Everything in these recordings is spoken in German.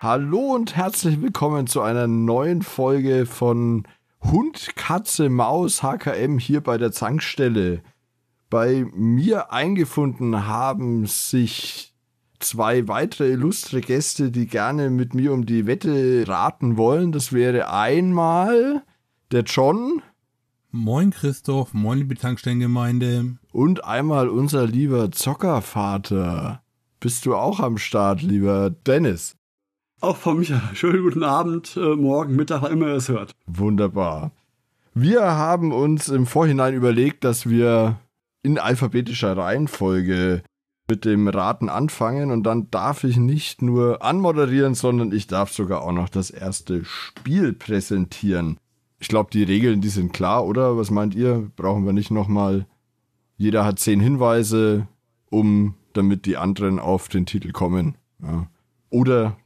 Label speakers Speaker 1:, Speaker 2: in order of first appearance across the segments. Speaker 1: Hallo und herzlich willkommen zu einer neuen Folge von Hund, Katze, Maus, HKM hier bei der Zankstelle. Bei mir eingefunden haben sich zwei weitere illustre Gäste, die gerne mit mir um die Wette raten wollen. Das wäre einmal der John
Speaker 2: Moin Christoph, moin liebe Tankstellengemeinde.
Speaker 1: und einmal unser lieber Zockervater. Bist du auch am Start, lieber Dennis?
Speaker 3: Auch von mir. Schönen guten Abend, äh, morgen, Mittag, wann immer ihr es hört.
Speaker 1: Wunderbar. Wir haben uns im Vorhinein überlegt, dass wir in alphabetischer Reihenfolge mit dem Raten anfangen und dann darf ich nicht nur anmoderieren, sondern ich darf sogar auch noch das erste Spiel präsentieren. Ich glaube, die Regeln, die sind klar, oder? Was meint ihr? Brauchen wir nicht nochmal? Jeder hat zehn Hinweise, um damit die anderen auf den Titel kommen. Ja. Oder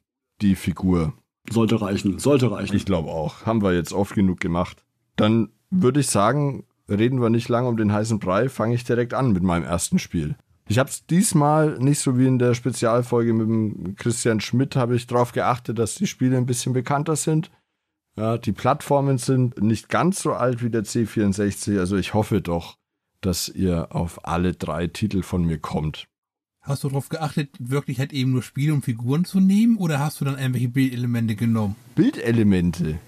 Speaker 1: die Figur.
Speaker 3: Sollte reichen, sollte reichen.
Speaker 1: Ich glaube auch. Haben wir jetzt oft genug gemacht. Dann würde ich sagen, reden wir nicht lange um den heißen Brei, fange ich direkt an mit meinem ersten Spiel. Ich habe es diesmal nicht so wie in der Spezialfolge mit dem Christian Schmidt, habe ich darauf geachtet, dass die Spiele ein bisschen bekannter sind. Ja, die Plattformen sind nicht ganz so alt wie der C64, also ich hoffe doch, dass ihr auf alle drei Titel von mir kommt.
Speaker 2: Hast du darauf geachtet, wirklich halt eben nur Spiele und Figuren zu nehmen oder hast du dann irgendwelche Bildelemente genommen?
Speaker 1: Bildelemente.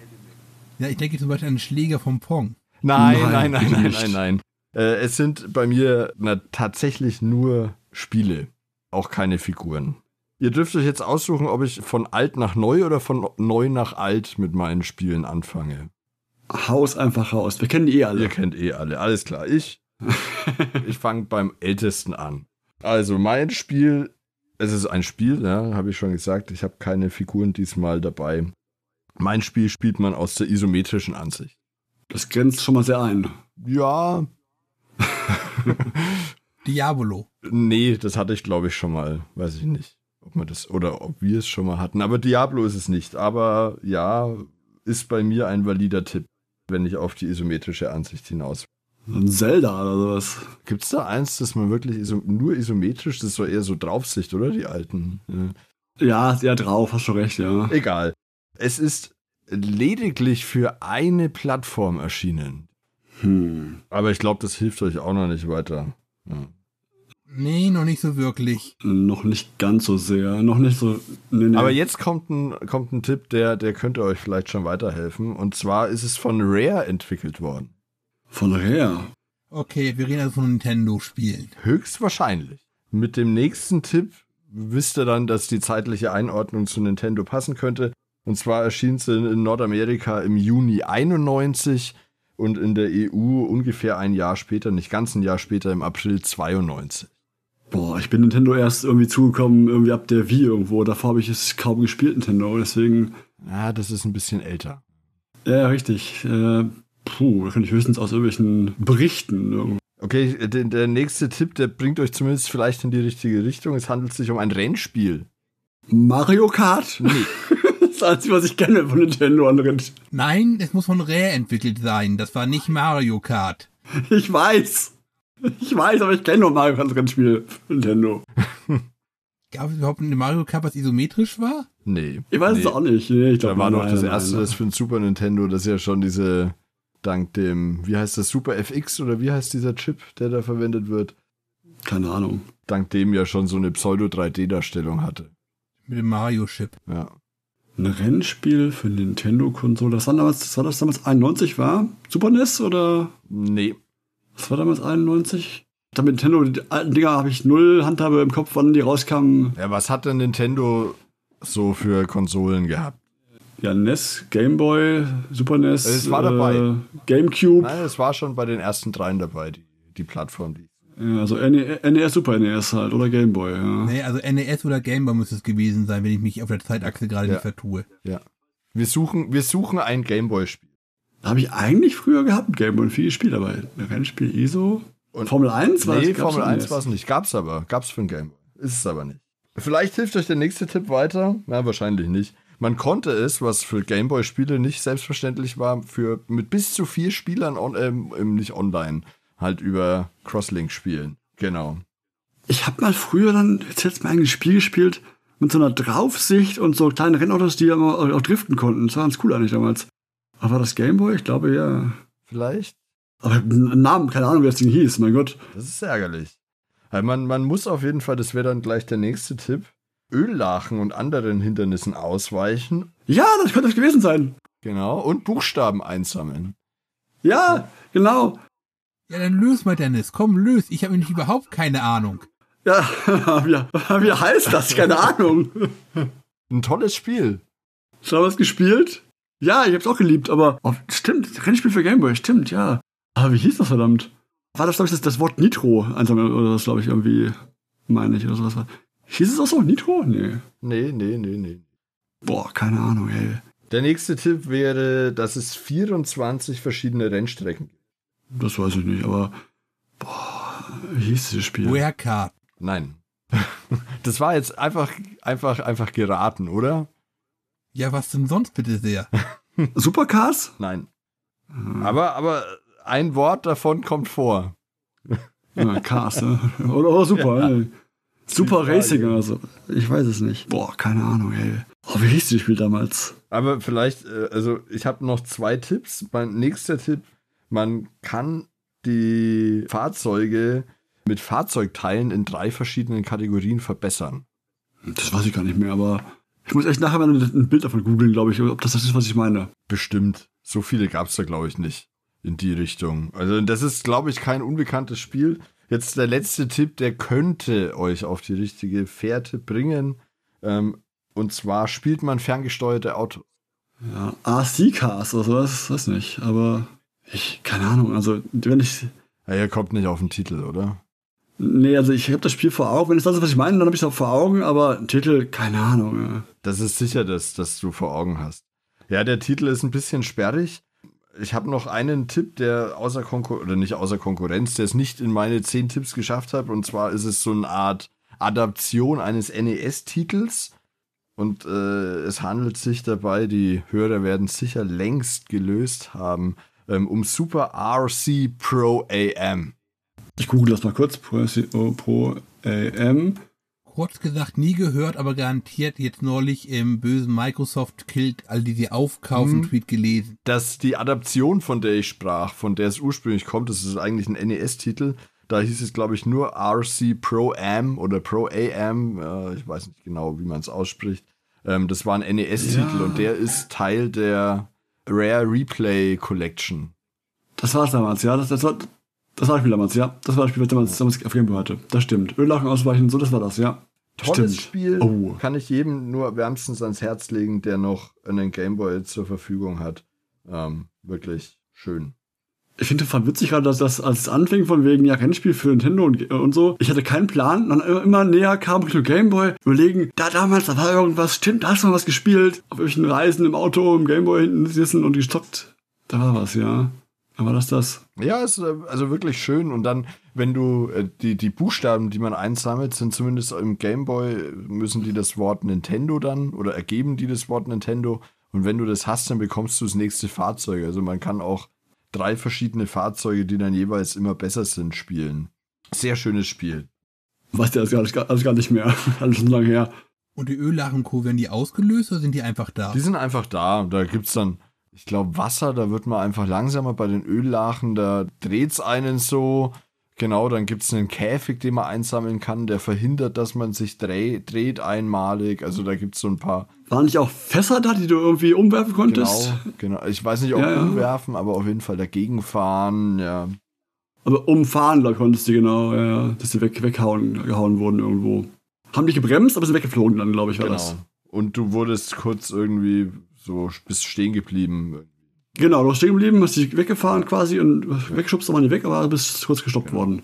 Speaker 2: Ja, ich denke zum Beispiel an den Schläger vom Pong.
Speaker 1: Nein, nein,
Speaker 3: Nein,
Speaker 1: nein, nein,
Speaker 3: nicht.
Speaker 1: nein, nein. Äh, es sind bei mir na, tatsächlich nur Spiele, auch keine Figuren. Ihr dürft euch jetzt aussuchen, ob ich von alt nach neu oder von neu nach alt mit meinen Spielen anfange.
Speaker 3: Haus einfach raus. Wir kennen die eh alle.
Speaker 1: Ihr kennt eh alle, alles klar. Ich, ich fange beim Ältesten an. Also mein Spiel, es ist ein Spiel, ja, habe ich schon gesagt. Ich habe keine Figuren diesmal dabei. Mein Spiel spielt man aus der isometrischen Ansicht.
Speaker 3: Das grenzt schon mal sehr ein.
Speaker 1: Ja,
Speaker 2: Diabolo.
Speaker 1: Nee, das hatte ich glaube ich schon mal. Weiß ich nicht, ob man das oder ob wir es schon mal hatten. Aber Diablo ist es nicht. Aber ja, ist bei mir ein valider Tipp, wenn ich auf die isometrische Ansicht hinaus.
Speaker 3: Ein Zelda oder sowas.
Speaker 1: Gibt's da eins, das man wirklich iso nur isometrisch, das ist doch eher so Draufsicht, oder? Die alten. Ja.
Speaker 3: Ja, ja, drauf, hast du recht, ja.
Speaker 1: Egal. Es ist lediglich für eine Plattform erschienen.
Speaker 3: Hm.
Speaker 1: Aber ich glaube, das hilft euch auch noch nicht weiter. Ja.
Speaker 2: Nee, noch nicht so wirklich.
Speaker 3: Noch nicht ganz so sehr. Noch nicht so. Nee, nee.
Speaker 1: Aber jetzt kommt ein, kommt ein Tipp, der, der könnte euch vielleicht schon weiterhelfen. Und zwar ist es von Rare entwickelt worden.
Speaker 3: Von her.
Speaker 2: Okay, wir reden also von Nintendo-Spielen.
Speaker 1: Höchstwahrscheinlich. Mit dem nächsten Tipp wisst ihr dann, dass die zeitliche Einordnung zu Nintendo passen könnte. Und zwar erschien es in, in Nordamerika im Juni 91 und in der EU ungefähr ein Jahr später, nicht ganz ein Jahr später, im April 92.
Speaker 3: Boah, ich bin Nintendo erst irgendwie zugekommen, irgendwie ab der Wii irgendwo. Davor habe ich es kaum gespielt, Nintendo. Deswegen,
Speaker 1: Ah, das ist ein bisschen älter.
Speaker 3: ja, richtig. Äh, puh, da könnte ich höchstens aus irgendwelchen Berichten irgendwo.
Speaker 1: Okay, der, der nächste Tipp, der bringt euch zumindest vielleicht in die richtige Richtung. Es handelt sich um ein Rennspiel.
Speaker 3: Mario Kart?
Speaker 1: Nee.
Speaker 3: Das ist das Einzige, was ich kenne von Nintendo anrennt.
Speaker 2: Nein, es muss von Rare entwickelt sein. Das war nicht Mario Kart.
Speaker 3: Ich weiß. Ich weiß, aber ich kenne nur Mario Kart Rennspiele für Nintendo.
Speaker 2: Gab es überhaupt eine Mario Kart, was isometrisch war?
Speaker 1: Nee.
Speaker 3: Ich weiß
Speaker 1: nee.
Speaker 3: es auch nicht. Nee, ich glaub,
Speaker 1: Da war noch
Speaker 3: nein,
Speaker 1: das
Speaker 3: nein,
Speaker 1: erste,
Speaker 3: nein.
Speaker 1: das für den Super Nintendo, das ja schon diese, dank dem, wie heißt das, Super FX oder wie heißt dieser Chip, der da verwendet wird,
Speaker 3: Keine Ahnung.
Speaker 1: dank dem ja schon so eine Pseudo-3D-Darstellung hatte.
Speaker 2: Mit dem Mario-Chip.
Speaker 1: Ja.
Speaker 3: Ein Rennspiel für Nintendo-Konsole. Das war damals, das war das damals 91 war? Super NES oder
Speaker 1: Nee.
Speaker 3: was war damals 91? Da mit Nintendo, die alten Dinger habe ich null Handhabe im Kopf, wann die rauskamen.
Speaker 1: Ja, was hat denn Nintendo so für Konsolen gehabt?
Speaker 3: Ja, NES, Game Boy, Super NES.
Speaker 1: Es war dabei.
Speaker 3: äh, Gamecube.
Speaker 1: Nein, es war schon bei den ersten dreien dabei, die, die Plattform. Die
Speaker 3: Ja, also NE- NES, Super NES halt oder Game Boy. Ja.
Speaker 2: Nee, also NES oder Game Boy müsste es gewesen sein, wenn ich mich auf der Zeitachse gerade
Speaker 1: Ja.
Speaker 2: nicht vertue.
Speaker 1: wir suchen, wir suchen ein Gameboy-Spiel.
Speaker 3: Habe ich eigentlich früher gehabt, ein Game Boy und viel gespielt, aber ein Rennspiel ISO.
Speaker 1: Und-
Speaker 3: Und Formel 1 war
Speaker 1: Nee,
Speaker 3: es, gab's
Speaker 1: Formel
Speaker 3: schon
Speaker 1: 1
Speaker 3: erst.
Speaker 1: war es nicht. Gab's aber. Gab's für ein Game. Ist es aber nicht. Vielleicht hilft euch der nächste Tipp weiter. Na, wahrscheinlich nicht. Man konnte es, was für Gameboy-Spiele nicht selbstverständlich war, für mit bis zu vier Spielern on, ähm, ähm, nicht online, halt über Crosslink spielen. Genau.
Speaker 3: Ich habe mal früher dann jetzt jetzt mal ein Spiel gespielt, mit so einer Draufsicht und so kleinen Rennautos, die ja immer auch driften konnten. Das war ganz cool eigentlich damals. Aber das Gameboy, ich glaube ja.
Speaker 1: Vielleicht?
Speaker 3: Aber einen Namen, keine Ahnung, wie das Ding hieß, mein Gott.
Speaker 1: Das ist ärgerlich. Weil man, man muss auf jeden Fall, das wäre dann gleich der nächste Tipp, Öllachen und anderen Hindernissen ausweichen.
Speaker 3: Ja, das könnte es gewesen sein.
Speaker 1: Genau. Und Buchstaben einsammeln.
Speaker 3: Ja, genau.
Speaker 2: Ja, dann löse mal, Dennis. Komm, löse. Ich habe nämlich überhaupt keine Ahnung.
Speaker 3: Ja, wie, wie heißt das? Keine Ahnung.
Speaker 1: Ein tolles Spiel.
Speaker 3: Hast du das gespielt? Ja, ich hab's auch geliebt, aber. Oh, stimmt, Rennspiel für Gameboy, stimmt, ja. Aber wie hieß das verdammt? War das, glaube ich, das, das Wort Nitro einsammeln oder das, glaube ich, irgendwie, meine ich, oder sowas war. Hieß es auch so Nitro? Nee.
Speaker 1: Nee, nee, nee, nee.
Speaker 3: Boah, keine Ahnung, ey.
Speaker 1: Der nächste Tipp wäre, dass es 24 verschiedene Rennstrecken gibt.
Speaker 3: Das weiß ich nicht, aber. Boah, wie hieß dieses Spiel?
Speaker 2: Wirecard.
Speaker 1: Nein. Das war jetzt einfach, einfach, einfach geraten, oder?
Speaker 2: Ja, was denn sonst bitte sehr?
Speaker 3: Supercars?
Speaker 1: Nein. Aber, aber ein Wort davon kommt vor.
Speaker 3: Ja, Cars, ne? Oder, oder super, ey. Super Racing oder so. Ich weiß es nicht. Boah, keine Ahnung, ey. Oh, wie hieß dieses Spiel damals?
Speaker 1: Aber vielleicht, äh, also ich habe noch zwei Tipps. Mein nächster Tipp, man kann die Fahrzeuge mit Fahrzeugteilen in drei verschiedenen Kategorien verbessern.
Speaker 3: Das weiß ich gar nicht mehr, aber ich muss echt nachher mal ein Bild davon googeln, glaube ich, ob das das ist, was ich meine.
Speaker 1: Bestimmt. So viele gab es da, glaube ich, nicht in die Richtung. Also das ist, glaube ich, kein unbekanntes Spiel. Jetzt der letzte Tipp, der könnte euch auf die richtige Fährte bringen. Ähm, und zwar spielt man ferngesteuerte Autos.
Speaker 3: Ja, RC-Cars oder sowas, weiß nicht, aber ich, keine Ahnung, also wenn ich.
Speaker 1: Ja, ihr kommt nicht auf den Titel, oder?
Speaker 3: Nee, also ich habe das Spiel vor Augen. Wenn es das ist, was ich meine, dann habe ich es auch vor Augen, aber Titel, keine Ahnung. Ja.
Speaker 1: Das ist sicher, dass, dass du vor Augen hast. Ja, der Titel ist ein bisschen sperrig. Ich habe noch einen Tipp, der außer Konkurrenz, oder nicht außer Konkurrenz, der es nicht in meine zehn Tipps geschafft hat. Und zwar ist es so eine Art Adaption eines NES-Titels. Und äh, es handelt sich dabei, die Hörer werden sicher längst gelöst haben, ähm, um Super RC Pro AM.
Speaker 3: Ich google das mal kurz. Pro, Pro AM.
Speaker 2: Kurz gesagt, nie gehört, aber garantiert jetzt neulich im bösen Microsoft Kilt, all die sie aufkaufen,
Speaker 1: Hm.
Speaker 2: Tweet gelesen.
Speaker 1: dass die Adaption, von der ich sprach, von der es ursprünglich kommt, das ist eigentlich ein NES-Titel, da hieß es, glaube ich, nur RC Pro Am oder Pro AM, äh, ich weiß nicht genau, wie man es ausspricht. Ähm, das war ein NES-Titel
Speaker 3: Ja.
Speaker 1: und der ist Teil der Rare Replay Collection.
Speaker 3: Das war's damals, ja. Das, das, war, das war das Spiel damals, ja. Das war das Spiel, was damals, damals auf Gameboy hatte. Das stimmt. Öllachen ausweichen, so, das war das, ja.
Speaker 1: Tolles
Speaker 3: Stimmt.
Speaker 1: Spiel,
Speaker 3: Oh.
Speaker 1: kann ich jedem nur wärmstens ans Herz legen, der noch einen Gameboy zur Verfügung hat. Ähm, wirklich schön.
Speaker 3: Ich finde voll witzig gerade, dass das als es anfing von wegen ja Rennspiel für Nintendo und, und so. Ich hatte keinen Plan. Und dann immer näher kam Richtung Gameboy. Überlegen, da damals, da war irgendwas. Stimmt, da hast du mal was gespielt. Auf irgendwelchen Reisen im Auto, im Gameboy hinten sitzen und gestoppt. Da war was, ja. Dann war das das.
Speaker 1: Ja, ist äh, also wirklich schön. Und dann, wenn du äh, die, die Buchstaben, die man einsammelt, sind zumindest im Gameboy, äh, müssen die das Wort Nintendo dann oder ergeben die das Wort Nintendo. Und wenn du das hast, dann bekommst du das nächste Fahrzeug. Also man kann auch drei verschiedene Fahrzeuge, die dann jeweils immer besser sind, spielen. Sehr schönes Spiel.
Speaker 3: Weißt du, alles gar, nicht- alles gar nicht mehr. alles schon lange her.
Speaker 2: Und die Öllachen Co. werden die ausgelöst oder sind die einfach da?
Speaker 1: Die sind einfach da. Da gibt's dann, ich glaube, Wasser, da wird man einfach langsamer bei den Öllachen, da dreht's einen so. Genau, dann gibt's einen Käfig, den man einsammeln kann, der verhindert, dass man sich dreh, dreht einmalig. Also da gibt's so ein paar.
Speaker 3: Waren nicht auch Fässer da, die du irgendwie umwerfen konntest?
Speaker 1: Genau, genau. Ich weiß nicht, ob
Speaker 3: Ja, ja.
Speaker 1: umwerfen, aber auf jeden Fall dagegen fahren. Ja.
Speaker 3: Aber Also umfahren, glaube ich, konntest du genau, ja, ja, dass die weg, weghauen, gehauen wurden irgendwo. Haben dich gebremst, aber sind weggeflogen dann, glaube ich, war das.
Speaker 1: Genau. Und du wurdest kurz irgendwie so, bist stehen geblieben.
Speaker 3: Genau, du hast stehen geblieben, hast dich weggefahren quasi und weggeschubst, aber nicht weg, aber bist kurz gestoppt worden.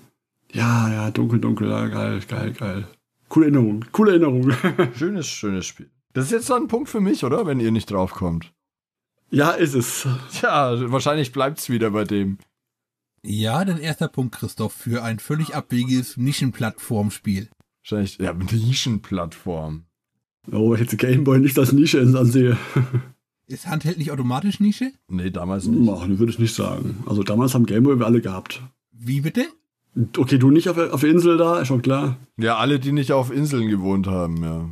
Speaker 3: Ja, ja, dunkel, dunkel, ja, geil, geil, geil. Coole Erinnerung, coole Erinnerung.
Speaker 1: Schönes, schönes Spiel. Das ist jetzt dann ein Punkt für mich, oder? Wenn ihr nicht draufkommt.
Speaker 3: ja, ist es.
Speaker 1: Tja, wahrscheinlich bleibt's wieder bei dem.
Speaker 2: Ja, dein erster Punkt, Christoph, für ein völlig abwegiges Nischenplattformspiel.
Speaker 1: Wahrscheinlich, ja, Nischenplattform.
Speaker 3: Oh, ich hätte Gameboy nicht als Nische ansehe.
Speaker 2: Ist Handheld nicht automatisch Nische?
Speaker 1: Nee, damals nicht.
Speaker 3: Ach, das würde ich nicht sagen. Also damals haben Gameboy wir alle gehabt.
Speaker 2: Wie bitte?
Speaker 3: Okay, du nicht auf, der- auf der Insel da, ist schon klar.
Speaker 1: Ja, alle, die nicht auf Inseln gewohnt haben, ja.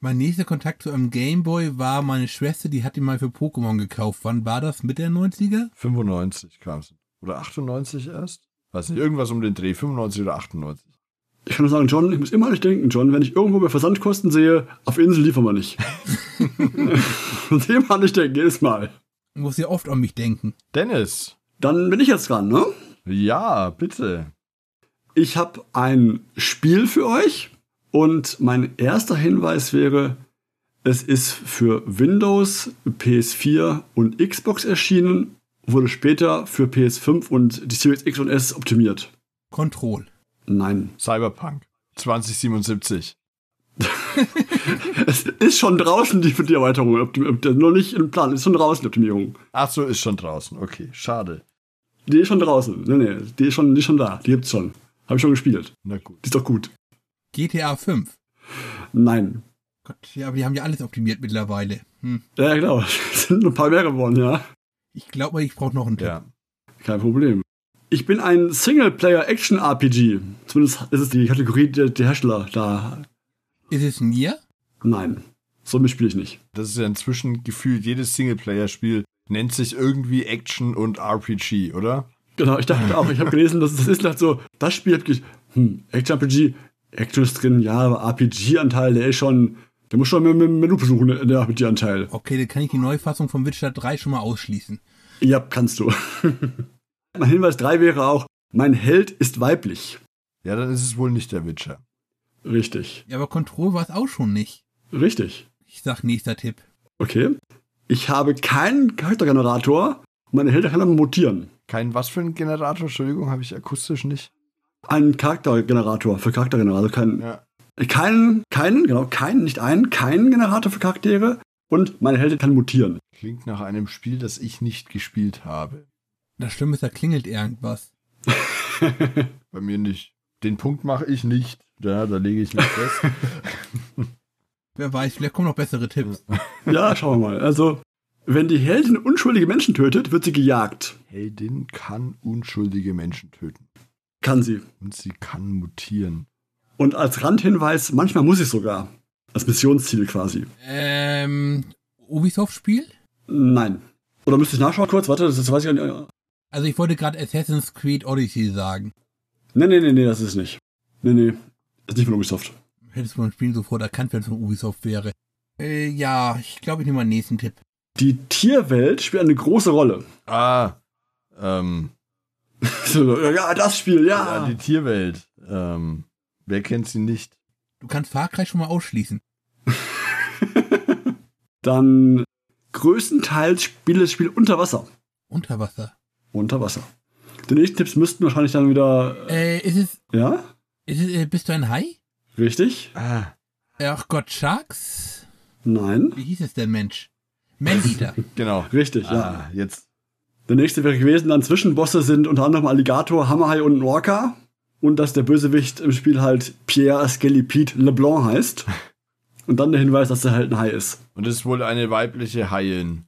Speaker 2: Mein nächster Kontakt zu einem Gameboy war meine Schwester, die hat ihn mal für Pokémon gekauft. Wann war das? Mit der 90er?
Speaker 1: 95 kam es. Oder 98 erst? Weiß nicht, irgendwas um den Dreh, 95 oder 98.
Speaker 3: Ich kann nur sagen, John, ich muss immer an dich denken, John, wenn ich irgendwo bei Versandkosten sehe, auf Insel liefern wir nicht. Und dem an dich denken, jedes Mal.
Speaker 2: Muss ja oft an mich denken.
Speaker 1: Dennis,
Speaker 3: Dann bin ich jetzt dran, ne?
Speaker 1: ja, bitte.
Speaker 3: Ich habe ein Spiel für euch und mein erster Hinweis wäre, es ist für Windows, PS4 und Xbox erschienen, wurde später für PS5 und die Series X und S optimiert.
Speaker 2: Control.
Speaker 3: Nein,
Speaker 1: Cyberpunk 2077.
Speaker 3: es ist schon draußen die, die Erweiterung, optim- optim- noch nicht im Plan, ist schon draußen die Optimierung.
Speaker 1: Ach so, ist schon draußen. Okay, schade.
Speaker 3: Die ist schon draußen, nee, nee, die ist schon, die ist schon da, die gibt's schon. Habe ich schon gespielt,
Speaker 1: Na gut.
Speaker 3: die ist doch gut.
Speaker 2: GTA 5.
Speaker 3: Nein,
Speaker 2: Gott, ja, aber die haben ja alles optimiert mittlerweile. Hm.
Speaker 3: ja genau, es sind ein paar mehr geworden, ja.
Speaker 2: Ich glaube mal, ich brauche noch einen Tipp.
Speaker 1: Ja.
Speaker 3: Kein Problem. Ich bin ein Singleplayer-Action-RPG. Zumindest ist es die Kategorie der, der Hersteller da.
Speaker 2: Ist es Nier?
Speaker 3: Nein, so ein spiele ich nicht.
Speaker 1: Das ist ja inzwischen gefühlt jedes Singleplayer-Spiel nennt sich irgendwie Action und RPG, oder?
Speaker 3: Genau, ich dachte auch, ich habe gelesen, dass das ist halt so, das Spiel hab ich, hm, Action-RPG, Action ist drin, ja, aber RPG-Anteil, der ist schon, der muss schon mit dem Menü besuchen, der- der RPG-Anteil.
Speaker 2: Okay, dann kann ich die Neufassung von Witcher 3 schon mal ausschließen.
Speaker 3: Ja, kannst du. mein Hinweis 3 wäre auch, mein Held ist weiblich.
Speaker 1: Ja, dann ist es wohl nicht der Witcher.
Speaker 3: Richtig,
Speaker 2: Ja, aber Control war es auch schon nicht.
Speaker 3: richtig.
Speaker 2: Ich sag nächster Tipp.
Speaker 3: Okay. Ich habe keinen Charaktergenerator. Meine Helden kann aber mutieren.
Speaker 1: Kein was für ein Generator, Entschuldigung, habe ich akustisch nicht.
Speaker 3: Einen Charaktergenerator für Also Charaktergenerator. Keinen,
Speaker 1: Ja.
Speaker 3: keinen, keinen, genau, keinen, nicht einen, keinen Generator für Charaktere. Und meine Heldin kann mutieren.
Speaker 1: Klingt nach einem Spiel, das ich nicht gespielt habe.
Speaker 2: Das Schlimme ist, da klingelt irgendwas.
Speaker 1: Bei mir nicht. Den Punkt mache ich nicht. Ja, da lege ich mich fest.
Speaker 2: Wer weiß, vielleicht kommen noch bessere Tipps.
Speaker 3: ja, schauen wir mal. Also, wenn die Heldin unschuldige Menschen tötet, wird sie gejagt.
Speaker 1: Heldin kann unschuldige Menschen töten.
Speaker 3: Kann sie.
Speaker 1: Und sie kann mutieren.
Speaker 3: Und als Randhinweis, manchmal muss sie sogar. Als Missionsziel quasi.
Speaker 2: Ähm, Ubisoft-Spiel?
Speaker 3: Nein. Oder müsste ich nachschauen kurz? Warte, das weiß ich gar nicht.
Speaker 2: Also ich wollte gerade Assassin's Creed Odyssey sagen.
Speaker 3: Nee, nee, nee, nee, das ist nicht. Nee, nee. Das ist nicht von Ubisoft.
Speaker 2: Hättest du beim Spielen sofort erkannt, wenn es von Ubisoft wäre. Äh, ja, ich glaube, ich nehme mal den nächsten Tipp.
Speaker 3: Die Tierwelt spielt eine große Rolle.
Speaker 1: Ah, ähm,
Speaker 3: ja, das Spiel,
Speaker 1: ja,
Speaker 3: ja.
Speaker 1: die Tierwelt. Ähm, wer kennt sie nicht?
Speaker 2: Du kannst Far Cry schon mal ausschließen.
Speaker 3: Dann größtenteils spielt das Spiel unter Wasser.
Speaker 2: Unter Wasser.
Speaker 3: Unter Wasser. Die nächsten Tipps müssten wahrscheinlich dann wieder.
Speaker 2: Äh, ist es,
Speaker 3: Ja?
Speaker 2: ist es, äh, bist du ein Hai?
Speaker 3: Richtig?
Speaker 1: Ah,
Speaker 2: Ach Gott, Sharks?
Speaker 3: Nein?
Speaker 2: Wie hieß es denn, Mensch? Maneater.
Speaker 1: genau.
Speaker 3: Richtig, ja.
Speaker 1: Ah, jetzt.
Speaker 3: Der nächste wäre gewesen, dann Zwischenbosse sind unter anderem Alligator, Hammerhai und ein Orca. Und dass der Bösewicht im Spiel halt Pierre Skelly Pete LeBlanc heißt. Und dann der Hinweis, dass er halt ein Hai ist.
Speaker 1: Und es ist wohl eine weibliche Haien.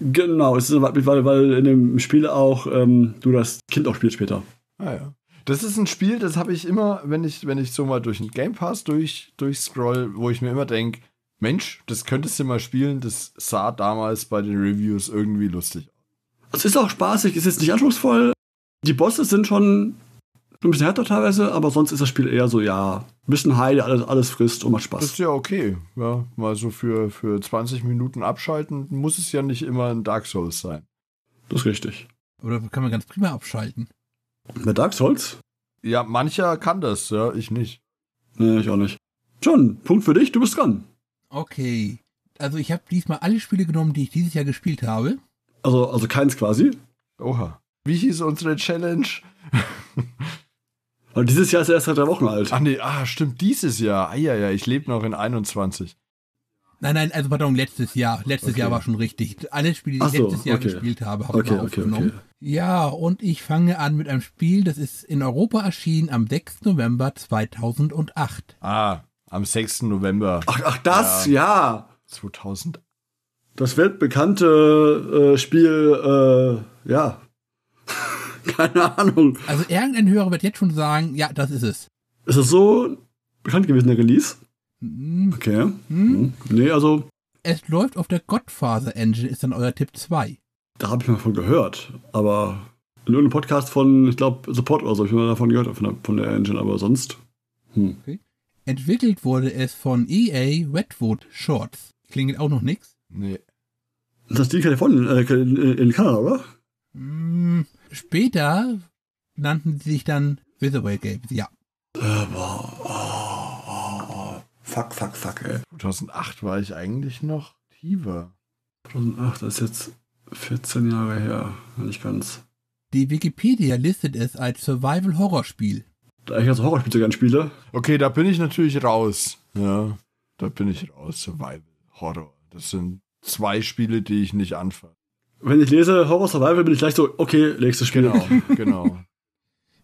Speaker 3: Genau, es ist, weil, weil in dem Spiel auch ähm, du das Kind auch spielst später.
Speaker 1: Ah ja. Das ist ein Spiel, das habe ich immer, wenn ich, wenn ich so mal durch den Game Pass durch, durchscroll, wo ich mir immer denke, Mensch, das könntest du mal spielen, das sah damals bei den Reviews irgendwie lustig aus.
Speaker 3: Es ist auch spaßig, es ist nicht anspruchsvoll. Die Bosse sind schon ein bisschen härter teilweise, aber sonst ist das Spiel eher so, ja, ein bisschen high, alles, alles frisst und macht
Speaker 1: Das ist
Speaker 3: Spaß.
Speaker 1: ja okay. Ja, mal so für, für 20 Minuten abschalten, muss es ja nicht immer ein Dark Souls sein.
Speaker 3: Das ist richtig.
Speaker 2: Oder kann man ganz prima abschalten?
Speaker 3: Bei Dark Souls?
Speaker 1: Ja, mancher kann das, ja, ich nicht.
Speaker 3: Nee, ich auch nicht. John, Punkt für dich, du bist dran.
Speaker 2: Okay. Also ich habe diesmal alle Spiele genommen, die ich dieses Jahr gespielt habe.
Speaker 3: Also, also keins quasi.
Speaker 1: Oha. Wie hieß unsere Challenge?
Speaker 3: Weil dieses Jahr ist er erst seit drei Wochen alt.
Speaker 1: Ach nee, ah, stimmt, dieses Jahr. Ah, ja, ja, ich lebe noch in 21.
Speaker 2: Nein, nein, also pardon, letztes Jahr. Letztes
Speaker 1: Okay.
Speaker 2: Jahr war schon richtig. Alle Spiele, die
Speaker 3: Ach
Speaker 2: ich
Speaker 3: so,
Speaker 2: letztes Jahr
Speaker 3: okay.
Speaker 2: gespielt habe, habe ich
Speaker 3: Okay,
Speaker 2: mal
Speaker 3: okay,
Speaker 2: aufgenommen.
Speaker 3: okay.
Speaker 2: Ja, und ich fange an mit einem Spiel, das ist in Europa erschienen am 6. November 2008.
Speaker 1: Ah, am 6. November
Speaker 3: Ach, ach das, ja.
Speaker 1: 2008.
Speaker 3: Das weltbekannte äh, Spiel, äh, ja. Keine Ahnung.
Speaker 2: Also irgendein Hörer wird jetzt schon sagen, ja, das ist es.
Speaker 3: Ist das so bekannt gewesen, der Release?
Speaker 2: Mhm.
Speaker 3: Okay. Hm? Nee, also,
Speaker 2: Es läuft auf der Godfather Engine, ist dann euer Tipp 2.
Speaker 3: da habe ich mal von gehört. Aber in irgendeinem Podcast von, ich glaube, Support oder so, hab ich mal davon gehört, von der, von der Engine, aber sonst. Hm.
Speaker 2: Entwickelt wurde es von EA Redwood Shorts. Klingelt auch noch nix.
Speaker 1: Nee.
Speaker 3: Ist das die in Kalifornien, äh, in, in Kanada, oder?
Speaker 2: Hm, später nannten sie sich dann Visible Games, ja.
Speaker 3: Äh, boah, oh, oh, oh. Fuck, fuck, fuck, ey.
Speaker 1: 2008 war ich eigentlich noch tiefer.
Speaker 3: 2008, das ist jetzt 14 Jahre her, nicht ganz.
Speaker 2: Die Wikipedia listet es als Survival-Horror-Spiel.
Speaker 3: Da ich als Horrorspiel gerne spiele,
Speaker 1: Okay, da bin ich natürlich raus. Ja, da bin ich raus. Survival, Horror. Das sind zwei Spiele, die ich nicht anfasse.
Speaker 3: wenn ich lese Horror Survival, bin ich gleich so, okay, nächstes Spiel.
Speaker 1: Genau, genau.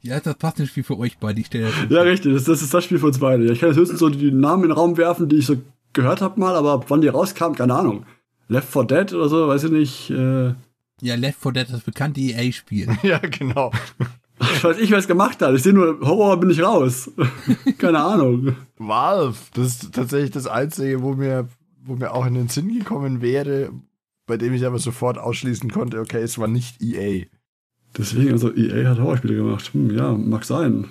Speaker 2: Ja, ist das passende Spiel für euch beide, ich stelle das.
Speaker 3: Ja, richtig, das, das ist das Spiel für uns beide. Ich kann jetzt höchstens so die Namen in den Raum werfen, die ich so gehört habe mal, aber wann die rauskamen, keine Ahnung. Left 4 Dead oder so, weiß ich nicht. Äh,
Speaker 2: Ja, Left 4 Dead, das bekannte E EA-Spiel.
Speaker 1: Ja, genau.
Speaker 3: ich weiß nicht, wer es gemacht hat. Ich sehe nur, Horror bin ich raus. keine Ahnung.
Speaker 1: Valve, das ist tatsächlich das Einzige, wo mir, wo mir auch in den Sinn gekommen wäre, bei dem ich aber sofort ausschließen konnte, okay, es war nicht E EA.
Speaker 3: Deswegen, also EA hat Horrorspiele gemacht. Hm, ja, mag sein.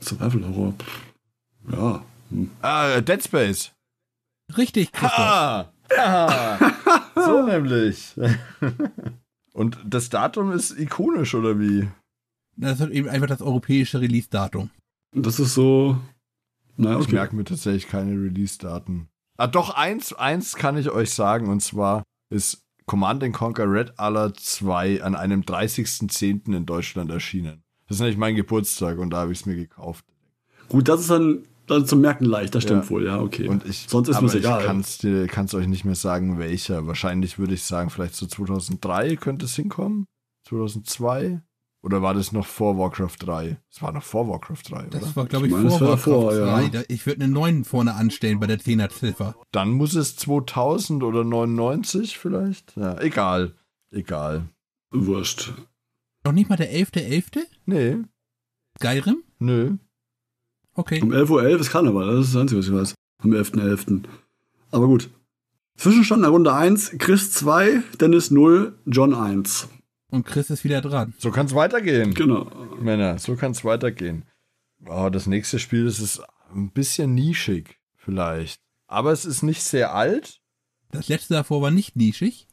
Speaker 3: Survival Horror. pff, Ja. Hm.
Speaker 1: Ah, Dead Space.
Speaker 2: Richtig, Christoph.
Speaker 1: Ah, ja. so nämlich. Und das Datum ist ikonisch, oder wie?
Speaker 2: Das ist eben einfach das europäische Release-Datum.
Speaker 3: Das ist so. Naja,
Speaker 1: Ich merke mir tatsächlich keine Release-Daten. Ah, doch, eins, eins kann ich euch sagen, und zwar ist Command and Conquer Red Alert 2 an einem 30.10. in Deutschland erschienen. Das ist nämlich mein Geburtstag und da habe ich es mir gekauft.
Speaker 3: Gut, das ist dann, dann zum Merken leicht, das stimmt
Speaker 1: Ja.
Speaker 3: wohl, ja, okay.
Speaker 1: Und ich,
Speaker 3: Sonst ist
Speaker 1: aber
Speaker 3: mir's egal.
Speaker 1: Ich kann's dir, kann's euch nicht mehr sagen, welcher. Wahrscheinlich würde ich sagen, vielleicht so 2003 könnte es hinkommen. 2002? Oder war das noch vor Warcraft 3? Es war noch vor Warcraft 3, oder?
Speaker 2: Das war, glaube ich,
Speaker 3: Ich meine,
Speaker 2: vor
Speaker 3: das war
Speaker 2: Warcraft
Speaker 3: vor, ja.
Speaker 2: 3. Da- Ich würde eine 9 vorne anstellen bei der 10er-Ziffer.
Speaker 1: Dann muss es 2000 oder 99 vielleicht? Ja, egal. Egal.
Speaker 3: Wurscht.
Speaker 2: Noch nicht mal der 11.11.?
Speaker 1: Nee,
Speaker 2: Skyrim?
Speaker 1: nö.
Speaker 2: Okay.
Speaker 3: Um 11.11 Uhr ist Karneval, das ist das Einzige, was ich weiß. Am 11.11. Aber gut. Zwischenstand in der Runde 1, Chris 2, Dennis 0, John 1.
Speaker 2: Und Chris ist wieder dran.
Speaker 1: So kann's weitergehen,
Speaker 3: Genau.
Speaker 1: Männer. So kann's weitergehen. Oh, das nächste Spiel das ist ein bisschen nischig, vielleicht. Aber es ist nicht sehr alt.
Speaker 2: Das letzte davor war nicht nischig.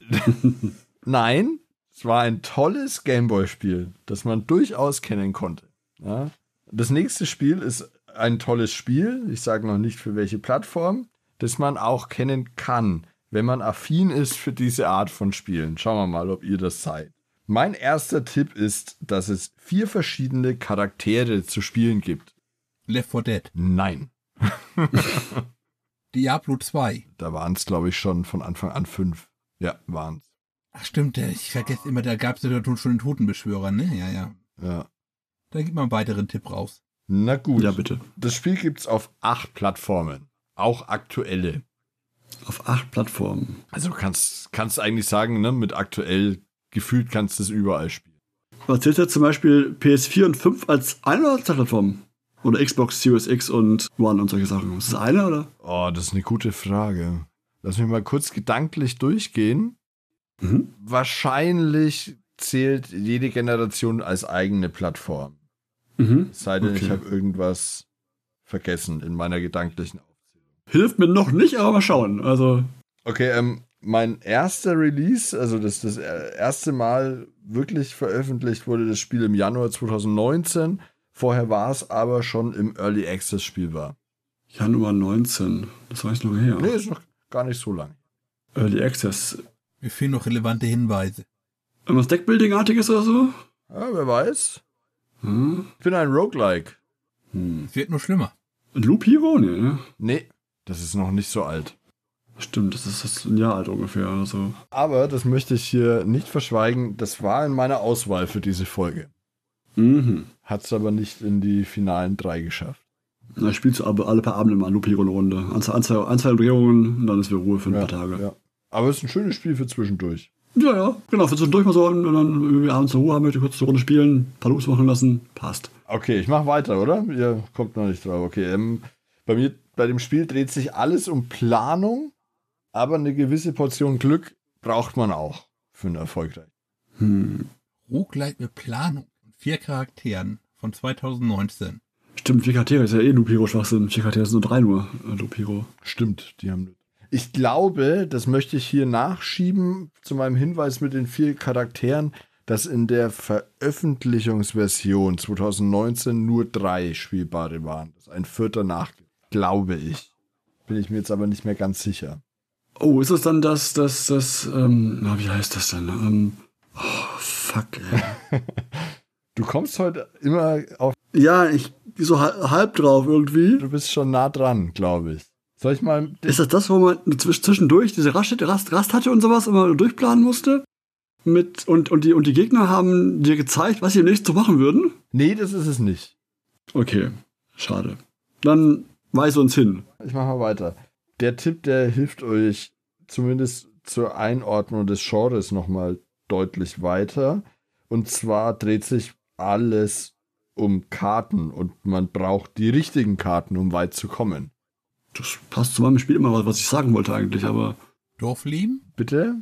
Speaker 1: Nein, es war ein tolles Gameboy-Spiel, das man durchaus kennen konnte. Ja? Das nächste Spiel ist ein tolles Spiel, ich sage noch nicht für welche Plattform, das man auch kennen kann, wenn man affin ist für diese Art von Spielen. Schauen wir mal, ob ihr das seid. Mein erster Tipp ist, dass es vier verschiedene Charaktere zu spielen gibt.
Speaker 2: Left 4 Dead.
Speaker 1: Nein,
Speaker 2: Diablo 2.
Speaker 1: da waren es, glaube ich, schon von Anfang an fünf. Ja, waren es.
Speaker 2: Ach stimmt, äh, ich vergesse immer, da gab es ja schon den Totenbeschwörer, ne? Ja, ja.
Speaker 1: Ja.
Speaker 2: Da gibt man einen weiteren Tipp raus.
Speaker 1: Na gut.
Speaker 3: Ja, bitte.
Speaker 1: Das Spiel gibt's auf acht Plattformen, auch aktuelle.
Speaker 3: Auf acht Plattformen.
Speaker 1: Also kannst kannst eigentlich sagen, ne, mit aktuell gefühlt kannst du es überall spielen.
Speaker 3: Was zählt jetzt zum Beispiel PS4 und 5 als eine oder zwei Plattformen? Oder Xbox Series X und One und solche Sachen. Ist das eine oder?
Speaker 1: Oh, das ist eine gute Frage. Lass mich mal kurz gedanklich durchgehen.
Speaker 3: Mhm.
Speaker 1: Wahrscheinlich zählt jede Generation als eigene Plattform.
Speaker 3: Mhm.
Speaker 1: Es sei denn,
Speaker 3: Okay.
Speaker 1: ich habe irgendwas vergessen in meiner gedanklichen Aufzählung.
Speaker 3: Hilft mir noch nicht, aber mal schauen. Also,
Speaker 1: Okay, ähm, mein erster Release, also das, das äh, erste Mal wirklich veröffentlicht wurde das Spiel im Januar 2019. Vorher war es aber schon im Early Access spielbar.
Speaker 3: Januar 19. Das war nicht lange her.
Speaker 1: Nee, ist noch gar nicht so lang.
Speaker 3: Early Access.
Speaker 2: Mir fehlen noch relevante Hinweise.
Speaker 3: Irgendwas Deckbuilding-artiges oder so?
Speaker 1: Ja, wer weiß.
Speaker 3: Hm.
Speaker 1: Ich bin ein Roguelike.
Speaker 3: Hm.
Speaker 2: Es wird nur schlimmer.
Speaker 3: Loop Hero? Nee, ne?
Speaker 1: Nee, das ist noch nicht so alt.
Speaker 3: Stimmt, das ist das ein Jahr alt ungefähr also. oder so.
Speaker 1: Aber, das möchte ich hier nicht verschweigen, das war in meiner Auswahl für diese Folge.
Speaker 3: Mhm.
Speaker 1: Hat es aber nicht in die finalen drei geschafft.
Speaker 3: Na, ich spiele so alle, alle paar Abende mal Loop Hero eine Runde. Ein, zwei, ein, zwei- ein, zwei Umdrehungen und dann ist wieder Ruhe für ein paar Tage.
Speaker 1: Ja. Aber es ist ein schönes Spiel für zwischendurch.
Speaker 3: Ja, ja, genau. Für zwischendurch mal so, wenn man irgendwie abends eine Ruhe haben möchte, kurz eine Runde spielen, ein paar Loops machen lassen, passt.
Speaker 1: Okay, ich mache weiter, oder? Ihr kommt noch nicht drauf. Okay, ähm, bei mir Bei dem Spiel dreht sich alles um Planung, aber eine gewisse Portion Glück braucht man auch für einen erfolgreichen.
Speaker 3: Hm.
Speaker 2: Roguelike mit Planung und vier Charakteren von 2019.
Speaker 3: Stimmt, vier Charaktere ist ja eh Lupiro-Schwachsinn. Vier Charaktere sind nur drei nur, äh, Lupiro.
Speaker 1: Stimmt, die haben. Ich glaube, das möchte ich hier nachschieben zu meinem Hinweis mit den vier Charakteren, dass in der Veröffentlichungsversion 2019 nur drei spielbare waren. Das ist ein vierter nach, glaube ich. Bin ich mir jetzt aber nicht mehr ganz sicher.
Speaker 3: Oh, ist es dann das, das, das, ähm, na, wie heißt das denn? Ähm, oh, fuck, ey.
Speaker 1: Du kommst heute immer auf.
Speaker 3: Ja, ich, so ha- halb drauf irgendwie.
Speaker 1: Du bist schon nah dran, glaube ich. Soll ich mal.
Speaker 3: Ist das das, wo man zwisch- zwischendurch diese Rast, Rast, Rast hatte und sowas immer durchplanen musste? Mit, und, und, die, und die Gegner haben dir gezeigt, was sie im nächsten so machen würden?
Speaker 1: Nee, das ist es nicht.
Speaker 3: Okay, schade. Dann weise uns hin.
Speaker 1: Ich mache mal weiter. Der Tipp, der hilft euch zumindest zur Einordnung des Genres nochmal deutlich weiter. Und zwar dreht sich alles um Karten und man braucht die richtigen Karten, um weit zu kommen.
Speaker 3: Das passt zu meinem Spiel immer, was ich sagen wollte eigentlich, aber
Speaker 2: Dorfleben?
Speaker 1: Bitte?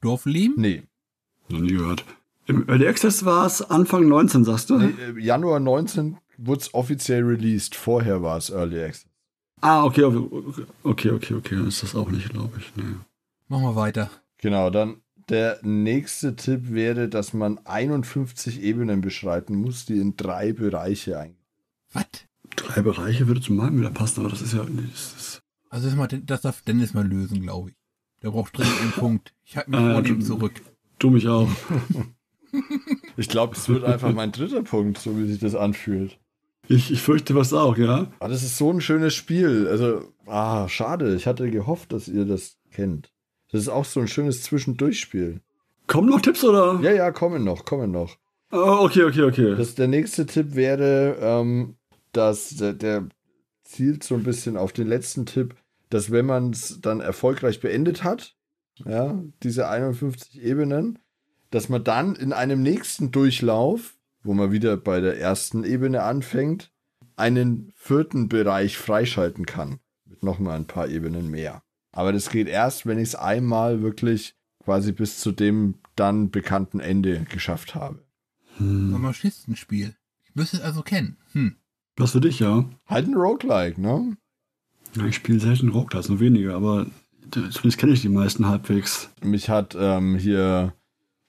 Speaker 2: Dorfleben?
Speaker 1: Nee.
Speaker 3: noch nie gehört. Im Early Access war es Anfang 19, sagst du?
Speaker 1: nee äh, Januar 19 wurde es offiziell released. Vorher war es Early Access.
Speaker 3: Ah, okay, okay, okay, okay, okay. Dann Ist das auch nicht, glaube ich. Nee.
Speaker 2: Machen wir weiter.
Speaker 1: Genau, dann der nächste Tipp wäre, dass man 51 Ebenen beschreiten muss, die in drei Bereiche eingehen.
Speaker 2: Was?
Speaker 3: Drei Bereiche würde zu meinem wieder passen, aber das ist ja. nee, Das ist,
Speaker 2: Also das, mal, das darf Dennis mal lösen, glaube ich. Der braucht dringend einen Punkt. Ich halte mich
Speaker 3: Ah,
Speaker 2: vor dem
Speaker 3: du-
Speaker 2: zurück.
Speaker 3: dumm ich auch.
Speaker 1: Ich glaube, das wird einfach mein dritter Punkt, so wie sich das anfühlt.
Speaker 3: Ich, ich fürchte was auch, ja.
Speaker 1: Ah, das ist so ein schönes Spiel. Also, ah, schade. Ich hatte gehofft, dass ihr das kennt. Das ist auch so ein schönes Zwischendurchspiel.
Speaker 3: Kommen noch Tipps oder?
Speaker 1: Ja, ja, kommen noch, kommen noch.
Speaker 3: Oh, okay, okay, okay.
Speaker 1: Das, der nächste Tipp wäre, ähm, dass der, der zielt so ein bisschen auf den letzten Tipp, dass wenn man es dann erfolgreich beendet hat, ja, diese 51 Ebenen, dass man dann in einem nächsten Durchlauf, wo man wieder bei der ersten Ebene anfängt, einen vierten Bereich freischalten kann. Mit nochmal ein paar Ebenen mehr. Aber das geht erst, wenn ich es einmal wirklich quasi bis zu dem dann bekannten Ende geschafft habe.
Speaker 2: So ein
Speaker 3: Hm.
Speaker 2: Maschistenspiel. Ich müsste es also kennen. Hm.
Speaker 3: Was für dich, ja.
Speaker 1: Halt ein Roguelike, ne?
Speaker 3: ja ich spiele selten Rocklas, nur wenige, aber das- zumindest kenne ich die meisten halbwegs.
Speaker 1: Mich hat ähm, hier,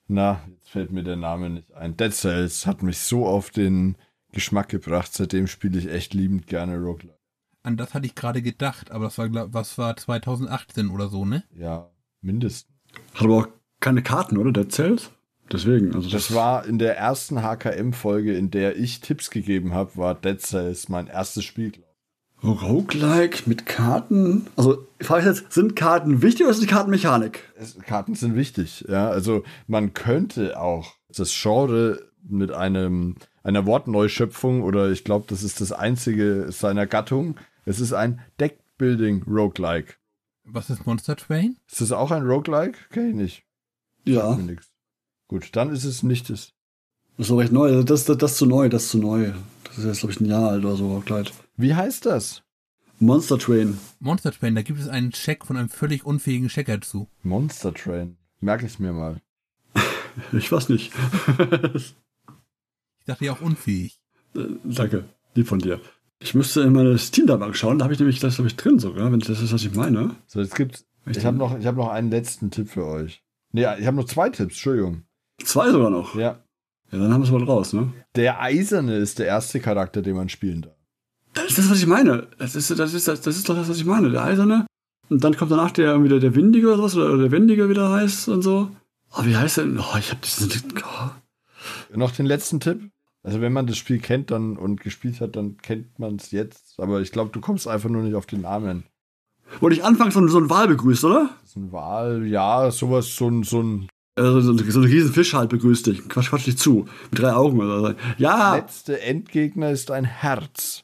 Speaker 1: na, jetzt fällt mir der Name nicht ein. Dead Cells hat mich so auf den Geschmack gebracht. Seitdem spiele ich echt liebend gerne Roguelike.
Speaker 2: An das hatte ich gerade gedacht, aber das war, glaub, was war 2018 oder so, ne?
Speaker 1: Ja, mindestens.
Speaker 3: Hat aber auch keine Karten, oder? Der Zelt? Deswegen, also.
Speaker 1: Das war in der ersten HKM-Folge, in der ich Tipps gegeben habe, war Dead Cells mein erstes Spiel. glaub ich.
Speaker 3: Roguelike mit Karten. Also, ich frage mich jetzt, sind Karten wichtig oder ist die Kartenmechanik?
Speaker 1: Es, Karten sind wichtig. Ja, also man könnte auch das Genre mit einem einer Wortneuschöpfung oder ich glaube, das ist das einzige seiner Gattung. Es ist ein Deckbuilding Roguelike.
Speaker 2: Was ist Monster Train?
Speaker 1: Ist das auch ein Roguelike? Kenn ich nicht.
Speaker 3: Ja.
Speaker 1: Mir nix. Gut, dann ist es nicht das.
Speaker 3: Das ist aber recht neu. Also Das, das, das ist zu neu, das ist zu neu. Das ist jetzt, glaube ich, ein Jahr alt oder so, Roguelite.
Speaker 1: Wie heißt das?
Speaker 3: Monster Train.
Speaker 2: Monster Train, da gibt es einen Check von einem völlig unfähigen Checker zu.
Speaker 1: Monster Train. Merke ich mir mal.
Speaker 3: Ich weiß nicht.
Speaker 2: Ich dachte ja auch unfähig.
Speaker 3: Äh, Danke, lieb von dir. Ich müsste in meine Steam-Datenbank schauen, da habe ich nämlich das glaub ich, drin sogar, wenn das ist, was ich meine.
Speaker 1: So, jetzt gibt's.
Speaker 3: Ich
Speaker 1: Ich habe noch, ich hab noch einen letzten Tipp für euch. Nee, ich habe noch zwei Tipps, Entschuldigung.
Speaker 3: Zwei sogar noch. Ja,
Speaker 1: Ja.
Speaker 3: dann haben wir es mal raus, ne?
Speaker 1: Der Eiserne ist der erste Charakter, den man spielen darf.
Speaker 3: Das ist das, was ich meine. Das ist, das ist, das das ist doch das, was ich meine. Der Eiserne. Und dann kommt danach der wieder der Windige oder was, oder der Wendige wieder heißt und so. Oh, wie heißt der denn? Oh, ich habe diesen. Oh.
Speaker 1: Noch den letzten Tipp. Also, wenn man das Spiel kennt dann und gespielt hat, dann kennt man es jetzt. Aber ich glaube, du kommst einfach nur nicht auf den Namen.
Speaker 3: Wurde ich anfangs so, so ein Wal begrüßt, oder?
Speaker 1: Das ist ein Wal, ja, sowas, so ein, so ein
Speaker 3: Also so, so ein Riesenfisch halt begrüßt dich. Quatsch, quatsch dich zu. Mit drei Augen oder so. Ja,
Speaker 1: letzte Endgegner ist ein Herz.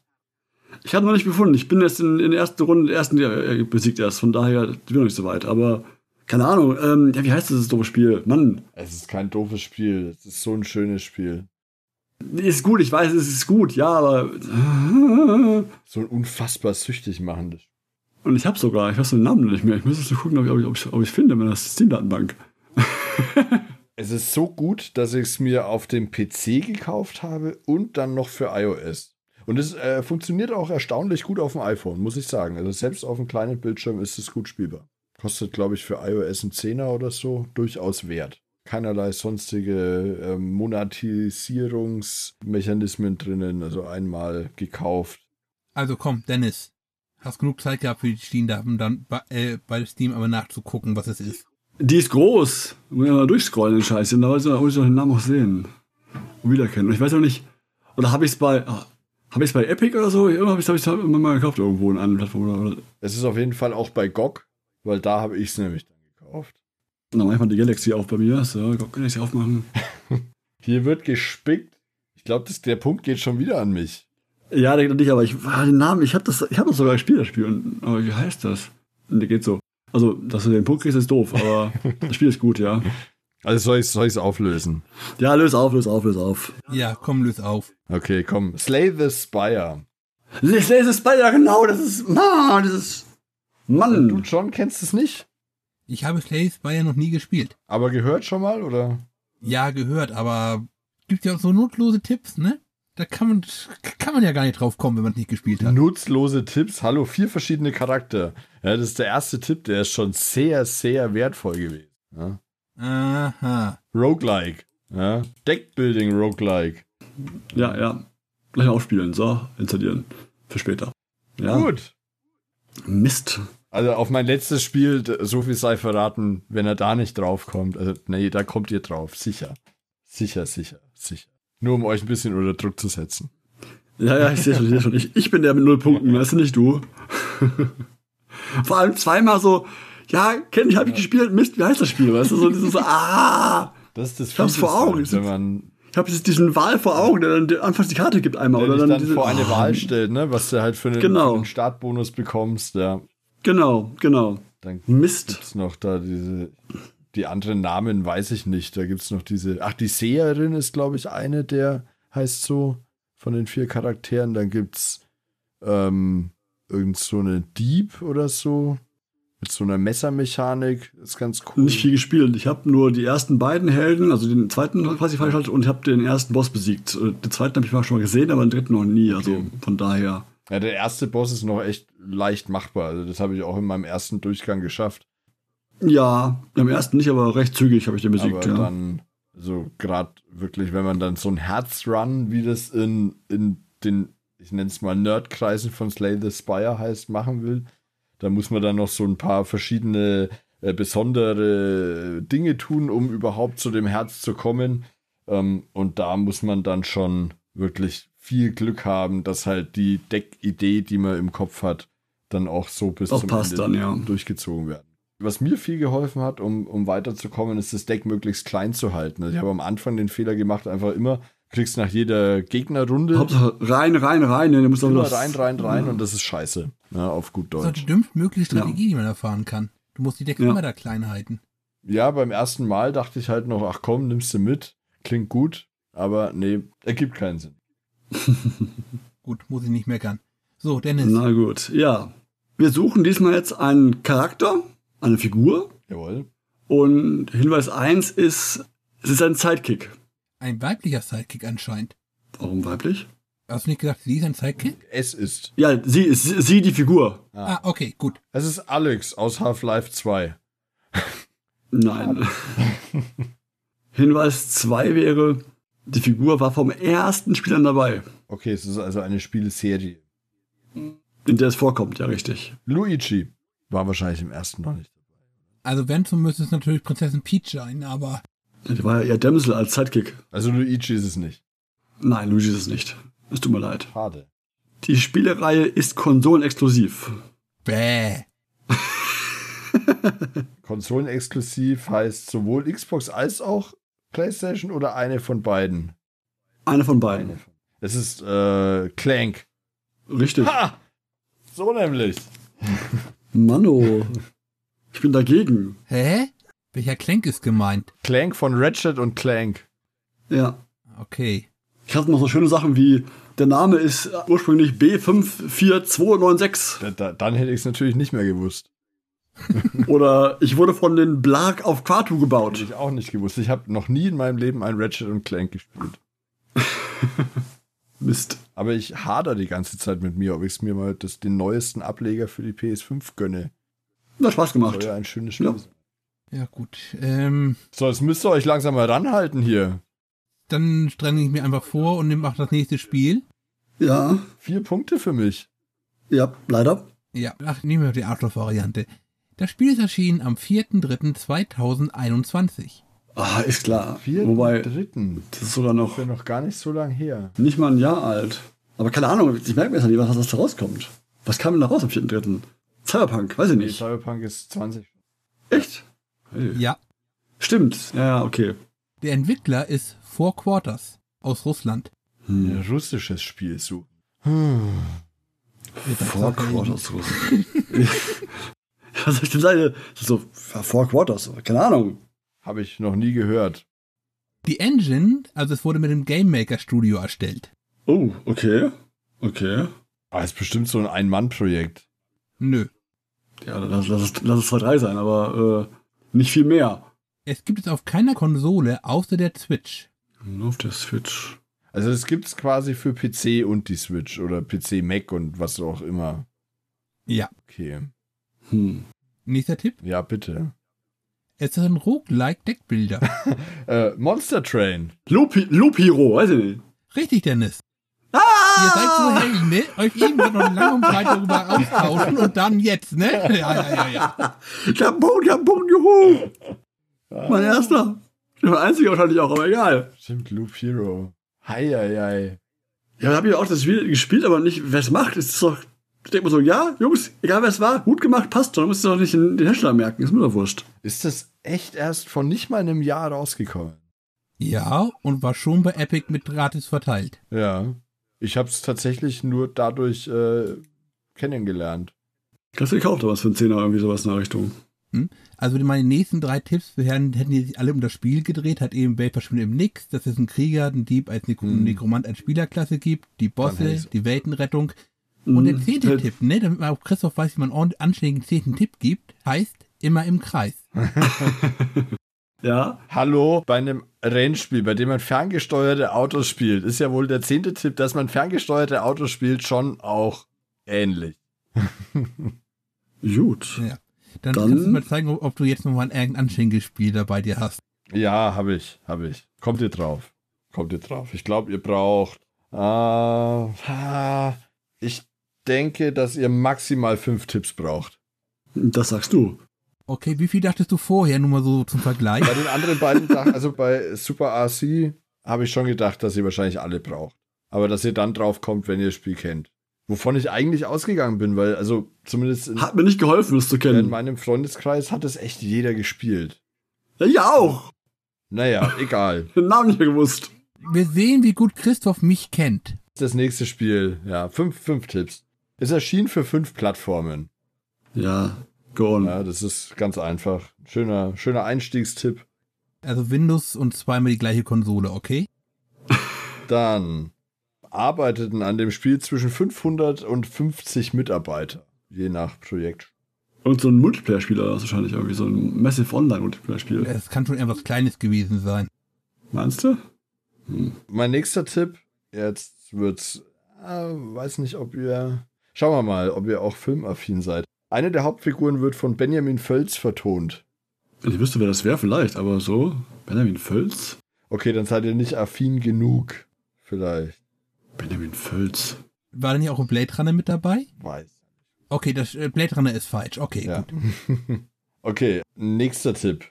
Speaker 3: ich hatte noch nicht gefunden. Ich bin erst in, in der ersten Runde, in der ersten äh, besiegt erst. Von daher bin ich noch nicht so weit. Aber keine Ahnung. Ähm, ja, wie heißt das, das dumme Spiel? Mann.
Speaker 1: Es ist kein doofes Spiel. Es ist so ein schönes Spiel.
Speaker 3: Ist gut, ich weiß, es ist gut, ja, aber.
Speaker 1: So ein unfassbar süchtig machendes.
Speaker 3: Und ich habe sogar, ich weiß den Namen nicht mehr. Ich müsste jetzt gucken, ob ich, ob ich, ob ich, ob ich finde, in das Steam-Datenbank.
Speaker 1: Es ist so gut, dass ich es mir auf dem PC gekauft habe und dann noch für iOS. Und es äh, funktioniert auch erstaunlich gut auf dem iPhone, muss ich sagen. Also selbst auf einem kleinen Bildschirm ist es gut spielbar. Kostet, glaube ich, für iOS einen Zehner oder so durchaus wert. Keinerlei sonstige äh, Monetisierungsmechanismen drinnen, also einmal gekauft.
Speaker 2: Also komm, Dennis. Hast genug Zeit gehabt für die Steam-Daten, dann bei, äh, bei Steam aber nachzugucken, was es ist.
Speaker 3: Die ist groß. Muss ja mal durchscrollen, den Scheiß. Da muss ich doch den Namen auch sehen. Und wiederkennen. Und ich weiß auch nicht. Oder habe ich es bei. Habe ich es bei Epic oder so? Irgendwann habe ich es hab immer mal gekauft, irgendwo in einer Plattform. Oder, oder.
Speaker 1: Es ist auf jeden Fall auch bei GOG, weil da habe ich es nämlich dann gekauft.
Speaker 3: Und dann manchmal die Galaxy auf bei mir. So, GOG Galaxy aufmachen.
Speaker 1: Hier wird gespickt. Ich glaube, der Punkt geht schon wieder an mich.
Speaker 3: Ja, der geht nicht, aber ich war den Namen. Ich habe das, ich hab das sogar gespielt, das Spiel. Und, aber wie heißt das? Und der geht so. Also, dass du den Punkt kriegst, ist doof, aber das Spiel ist gut, ja.
Speaker 1: Also soll ich es soll ich's auflösen?
Speaker 3: Ja, löse auf, löse auf, löse auf.
Speaker 2: Ja, komm, löse auf.
Speaker 1: Okay, komm. Slay the Spire.
Speaker 3: Slay the Spire, genau, das ist. Mann, das ist. Mann.
Speaker 1: Du, John, kennst es nicht?
Speaker 2: Ich habe Slay the Spire noch nie gespielt.
Speaker 1: Aber gehört schon mal, oder?
Speaker 2: Ja, gehört, aber gibt ja auch so notlose Tipps, ne? Da kann man, kann man ja gar nicht drauf kommen, wenn man es nicht gespielt hat.
Speaker 1: Nutzlose Tipps. Hallo, vier verschiedene Charakter. Ja, das ist der erste Tipp, der ist schon sehr, sehr wertvoll gewesen. Ja.
Speaker 2: Aha.
Speaker 1: Roguelike. Ja. Deckbuilding Roguelike.
Speaker 3: Ja, ja. Gleich aufspielen. So, installieren. Für später. Ja.
Speaker 1: Gut.
Speaker 3: Mist.
Speaker 1: Also auf mein letztes Spiel, so viel sei verraten, wenn er da nicht draufkommt. Also, nee, da kommt ihr drauf. Sicher. Sicher, sicher, sicher. Nur um euch ein bisschen unter Druck zu setzen.
Speaker 3: Ja, ja, ich sehe schon, ich sehe schon. Ich, ich bin der mit null Punkten, weißt du nicht du. Vor allem zweimal so, ja, kenn ich, hab ich gespielt, Mist, wie heißt das Spiel? Weißt du, so dieses so, ah!
Speaker 1: Das ist das
Speaker 3: Ich hab's vor Augen.
Speaker 1: Wenn man
Speaker 3: Ich hab jetzt diesen Wahl vor Augen, der dann anfangs die Karte gibt einmal.
Speaker 1: der
Speaker 3: Oder
Speaker 1: dich
Speaker 3: dann,
Speaker 1: dann
Speaker 3: diese,
Speaker 1: vor eine
Speaker 3: oh,
Speaker 1: Wahl stellt, ne? was du halt für einen,
Speaker 3: Genau.
Speaker 1: für einen Startbonus bekommst, ja.
Speaker 3: Genau, genau.
Speaker 1: Dann
Speaker 3: Mist.
Speaker 1: gibt's noch da diese, die anderen Namen weiß ich nicht. Da gibt's noch diese, ach, die Seherin ist, glaube ich, eine der, heißt so, von den vier Charakteren. Dann gibt's ähm, irgend so eine Dieb oder so, mit so einer Messermechanik. Ist ganz cool.
Speaker 3: Nicht viel gespielt. Ich habe nur die ersten beiden Helden, also den zweiten quasi freigeschaltet und habe den ersten Boss besiegt. Äh, Den zweiten habe ich mal schon mal gesehen, aber den dritten noch nie. Also von daher.
Speaker 1: Ja, der erste Boss ist noch echt leicht machbar. Also das habe ich auch in meinem ersten Durchgang geschafft.
Speaker 3: Ja, am ersten nicht, aber recht zügig habe ich den
Speaker 1: Aber
Speaker 3: besiegt. Ja.
Speaker 1: dann, also gerade wirklich, wenn man dann so ein Herzrun, wie das in, in den, ich nenne es mal Nerdkreisen von Slay the Spire heißt, machen will, da muss man dann noch so ein paar verschiedene äh, besondere Dinge tun, um überhaupt zu dem Herz zu kommen. Ähm, und da muss man dann schon wirklich viel Glück haben, dass halt die Deckidee, die man im Kopf hat, dann auch so bis
Speaker 3: Auch
Speaker 1: zum
Speaker 3: passt
Speaker 1: Ende
Speaker 3: dann, ja.
Speaker 1: durchgezogen werden. Was mir viel geholfen hat, um, um weiterzukommen, ist das Deck möglichst klein zu halten. Also ich habe am Anfang den Fehler gemacht, einfach immer, kriegst nach jeder Gegnerrunde
Speaker 3: Hauptsache rein, rein, rein. ne, Der muss auch
Speaker 1: immer
Speaker 3: das-
Speaker 1: rein, rein, rein und das ist scheiße. Ja, auf gut
Speaker 2: Das ist doch die
Speaker 1: Deutsch.
Speaker 2: dümmstmögliche Strategie, die man erfahren kann. Du musst die Decke
Speaker 3: Ja.
Speaker 2: immer da klein halten.
Speaker 1: Ja, beim ersten Mal dachte ich halt noch, ach komm, nimmst du mit, klingt gut, aber nee, ergibt keinen Sinn.
Speaker 2: Gut, muss ich nicht meckern. So, Dennis,
Speaker 3: Na gut, ja. Wir suchen diesmal jetzt einen Charakter, eine Figur.
Speaker 1: Jawohl.
Speaker 3: Und Hinweis 1 ist, es ist ein Sidekick.
Speaker 2: ein weiblicher Sidekick anscheinend.
Speaker 3: Warum weiblich?
Speaker 2: Hast du nicht gesagt, sie ist ein Sidekick?
Speaker 1: Es ist.
Speaker 3: Ja, sie ist sie, sie die Figur.
Speaker 1: Ah.
Speaker 2: Ah, okay, gut.
Speaker 1: Es ist Alex aus Half-Life 2.
Speaker 3: Nein. Hinweis 2 wäre, die Figur war vom ersten Spiel an dabei,
Speaker 1: Okay, es ist also eine Spieleserie.
Speaker 3: in der es vorkommt, ja richtig.
Speaker 1: Luigi war wahrscheinlich im ersten noch nicht.
Speaker 2: Also wenn, so müsste es natürlich Prinzessin Peach sein, aber
Speaker 3: Die war ja eher Dämsel als Sidekick.
Speaker 1: Also Luigi ist es nicht.
Speaker 3: Nein, Luigi ist es nicht. Es tut mir leid.
Speaker 1: Schade.
Speaker 3: Die Spielereihe ist konsolenexklusiv.
Speaker 2: bäh.
Speaker 1: Konsolenexklusiv heißt sowohl Xbox als auch PlayStation oder eine von beiden.
Speaker 3: Einer von beiden.
Speaker 1: von. Es ist äh, Clank.
Speaker 3: Richtig.
Speaker 1: Ha! So nämlich.
Speaker 3: Mano. Ich bin dagegen.
Speaker 2: Hä? Welcher Clank ist gemeint?
Speaker 1: Clank von Ratchet und Clank.
Speaker 3: Ja.
Speaker 2: Okay.
Speaker 3: Ich hatte noch so schöne Sachen wie, der Name ist ursprünglich B54296
Speaker 1: Da, da, dann hätte ich es natürlich nicht mehr gewusst.
Speaker 3: oder ich wurde von den Blark auf Quartu
Speaker 1: Hätte
Speaker 3: gebaut.
Speaker 1: ich auch nicht gewusst. Ich habe noch nie in meinem Leben ein Ratchet und Clank gespielt.
Speaker 3: Mist.
Speaker 1: Aber ich hader die ganze Zeit mit mir, ob ich es mir mal das, den neuesten Ableger für die PS5 gönne.
Speaker 3: Hat Spaß
Speaker 1: Soll
Speaker 3: gemacht.
Speaker 1: ja ein schönes Spiel
Speaker 3: Ja.
Speaker 1: sein.
Speaker 2: Ja, gut. Ähm,
Speaker 1: So, jetzt müsst ihr euch langsam mal ranhalten hier.
Speaker 2: dann strenge ich mir einfach vor und nehme auch das nächste Spiel.
Speaker 3: Ja,
Speaker 1: Vier Punkte für mich.
Speaker 3: ja, leider.
Speaker 2: Ja, ach, nehmen wir die Arschloch-Variante. Das Spiel ist erschienen am 4.3.2021.
Speaker 3: Ah, ist klar.
Speaker 1: Vier
Speaker 3: Wobei,
Speaker 1: Dritten.
Speaker 3: das ist sogar noch
Speaker 1: Ist ja noch gar nicht so lang her.
Speaker 3: nicht mal ein Jahr alt. Aber keine Ahnung, ich merke mir jetzt halt nicht, was was da rauskommt. Was kam denn da raus am 4.3.? Cyberpunk, weiß ich
Speaker 1: Nee,
Speaker 3: nicht.
Speaker 1: Cyberpunk ist 20.
Speaker 3: Echt? Hey.
Speaker 2: Ja,
Speaker 3: Stimmt. Ja, okay.
Speaker 2: der Entwickler ist Four Quarters aus Russland.
Speaker 3: Hm,
Speaker 1: Ein russisches Spiel so. Hm.
Speaker 3: Four Quarters. Russen. Was soll ich denn sagen? Das ist So, Four Quarters, keine Ahnung.
Speaker 1: Habe ich noch nie gehört.
Speaker 2: Die Engine, also es wurde mit dem Game Maker Studio erstellt.
Speaker 3: Oh, okay. Okay.
Speaker 1: Aber ist bestimmt so ein Ein-Mann-Projekt.
Speaker 2: Nö.
Speaker 3: Ja, lass, lass, es- lass es zwar drei sein, aber äh, nicht viel mehr.
Speaker 2: Es gibt es auf keiner Konsole außer der Switch.
Speaker 3: Nur auf der Switch.
Speaker 1: Also das gibt's quasi für PC und die Switch oder PC Mac und was auch immer.
Speaker 2: Ja.
Speaker 1: Okay.
Speaker 3: Hm.
Speaker 2: Nächster Tipp.
Speaker 1: Ja, bitte.
Speaker 2: Es ist ein Roguelike Deckbilder.
Speaker 1: Äh, Monster Train.
Speaker 3: Lupi, Lupiro, weiß ich nicht.
Speaker 2: Richtig, Dennis. Ihr seid so
Speaker 3: Ah!
Speaker 2: hell, ne? Euch eben wird noch lang und breit darüber austauschen und dann jetzt, ne? Ja, ja, ja, ja.
Speaker 3: Ich hab einen Punkt, ich hab einen Punkt, juhu! Mein erster. Mein einziger wahrscheinlich auch, aber egal.
Speaker 1: Stimmt, Loop Hero. Hei, hei, hei.
Speaker 3: Ja, da hab ich auch das Spiel gespielt, aber nicht, wer es macht, ist doch. Ich denk mir so, ja, Jungs, egal wer es war, gut gemacht, passt doch. Du musst doch nicht den den Hersteller merken, ist mir doch wurscht.
Speaker 1: Ist das echt erst von nicht mal einem Jahr rausgekommen?
Speaker 2: Ja, und war schon bei Epic mit gratis verteilt.
Speaker 1: Ja. Ich hab's tatsächlich nur dadurch äh, kennengelernt.
Speaker 3: Hast du gekauft, aber was für ein Zehner irgendwie sowas in der Richtung.
Speaker 2: Also meine nächsten drei Tipps wären, hätten die sich alle um das Spiel gedreht, hat eben Welt verschwindet im Nix, dass es einen Krieger, einen Dieb als Nek
Speaker 1: Hm.
Speaker 2: Nekromant als Spielerklasse gibt, die
Speaker 1: Dann
Speaker 2: Bosse,
Speaker 1: hätt's-
Speaker 2: die Weltenrettung. Und der
Speaker 3: Hm,
Speaker 2: zehnte
Speaker 3: halt-
Speaker 2: Tipp, ne, damit man auch Christoph weiß, wie man ordentlich anständigen zehnten Tipp gibt, heißt immer im Kreis.
Speaker 3: Ja,
Speaker 1: Hallo, bei einem Rennspiel, bei dem man ferngesteuerte Autos spielt, ist ja wohl der zehnte Tipp, dass man ferngesteuerte Autos spielt, schon auch ähnlich.
Speaker 3: gut.
Speaker 2: Ja. Dann,
Speaker 3: Dann-
Speaker 2: kannst du mal zeigen, ob ob du jetzt nochmal ein anständiges Spiel da bei dir hast.
Speaker 1: Ja, habe ich, habe ich. Kommt ihr drauf? Kommt ihr drauf? Ich glaube, ihr braucht. Äh, ha, ich denke, dass ihr maximal fünf Tipps braucht.
Speaker 3: Das sagst du.
Speaker 2: Okay, wie viel dachtest du vorher, nur mal so zum Vergleich?
Speaker 1: Bei den anderen beiden, Sachen, also bei Super RC, habe ich schon gedacht, dass ihr wahrscheinlich alle braucht. Aber dass ihr dann drauf kommt, wenn ihr das Spiel kennt. Wovon ich eigentlich ausgegangen bin, weil, also zumindest in,
Speaker 3: Hat mir nicht geholfen, es zu
Speaker 1: in
Speaker 3: kennen.
Speaker 1: meinem Freundeskreis hat es echt jeder gespielt.
Speaker 3: Ja, ich auch.
Speaker 1: Naja, egal.
Speaker 3: Den Namen nicht mehr gewusst.
Speaker 2: Wir sehen, wie gut Christoph mich kennt.
Speaker 1: Das nächste Spiel, ja, fünf, fünf Tipps. Es erschien für fünf Plattformen.
Speaker 3: Ja, go on.
Speaker 1: Ja, das ist ganz einfach. Schöner, schöner Einstiegstipp.
Speaker 2: Also Windows und zweimal die gleiche Konsole, okay?
Speaker 1: Dann arbeiteten an dem Spiel zwischen 500 und 50 Mitarbeiter, je nach Projekt.
Speaker 3: Und so ein Multiplayer-Spieler das ist wahrscheinlich irgendwie so ein Massive Online-Multiplayer-Spiel.
Speaker 2: Es kann schon etwas Kleines gewesen sein.
Speaker 3: Meinst du?
Speaker 1: Mein nächster Tipp, jetzt wird's, äh, weiß nicht, ob ihr, schauen wir mal, ob ihr auch filmaffin seid. Eine der Hauptfiguren wird von Benjamin Völz vertont.
Speaker 3: Ich wüsste, wer das wäre vielleicht, aber so. Benjamin Völz?
Speaker 1: Okay, dann seid ihr nicht affin genug, vielleicht.
Speaker 3: Benjamin Völz.
Speaker 2: War denn hier auch ein Blade Runner mit dabei?
Speaker 1: Weiß.
Speaker 2: Okay, das äh, Blade Runner ist falsch. Okay,
Speaker 1: Ja.
Speaker 2: gut.
Speaker 1: okay, nächster Tipp.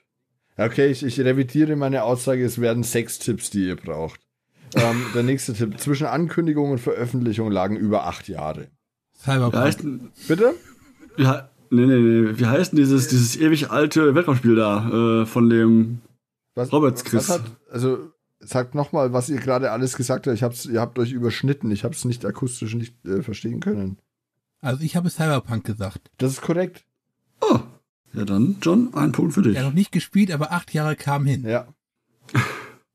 Speaker 1: Okay, ich, ich revidiere meine Aussage, es werden sechs Tipps, die ihr braucht. Ähm, der nächste Tipp. Zwischen Ankündigung und Veröffentlichung lagen über acht Jahre.
Speaker 3: Wie heißt
Speaker 2: Cyberpunk.
Speaker 3: denn.
Speaker 1: Bitte?
Speaker 3: Wie, hei- nee, nee, nee. Wie heißt denn dieses, dieses ewig alte Weltraumspiel da? Äh, von dem.
Speaker 1: Was,
Speaker 3: Roberts, Chris.
Speaker 1: Was hat, also, sagt nochmal, was ihr gerade alles gesagt habt. Ich hab's, ihr habt euch überschnitten. Ich habe es nicht akustisch nicht äh, verstehen können.
Speaker 2: Also ich habe Cyberpunk gesagt.
Speaker 1: Das ist korrekt.
Speaker 3: Oh. Ja, dann, John, ein Punkt für dich.
Speaker 2: Ja, noch nicht gespielt, aber acht Jahre kam hin.
Speaker 1: Ja.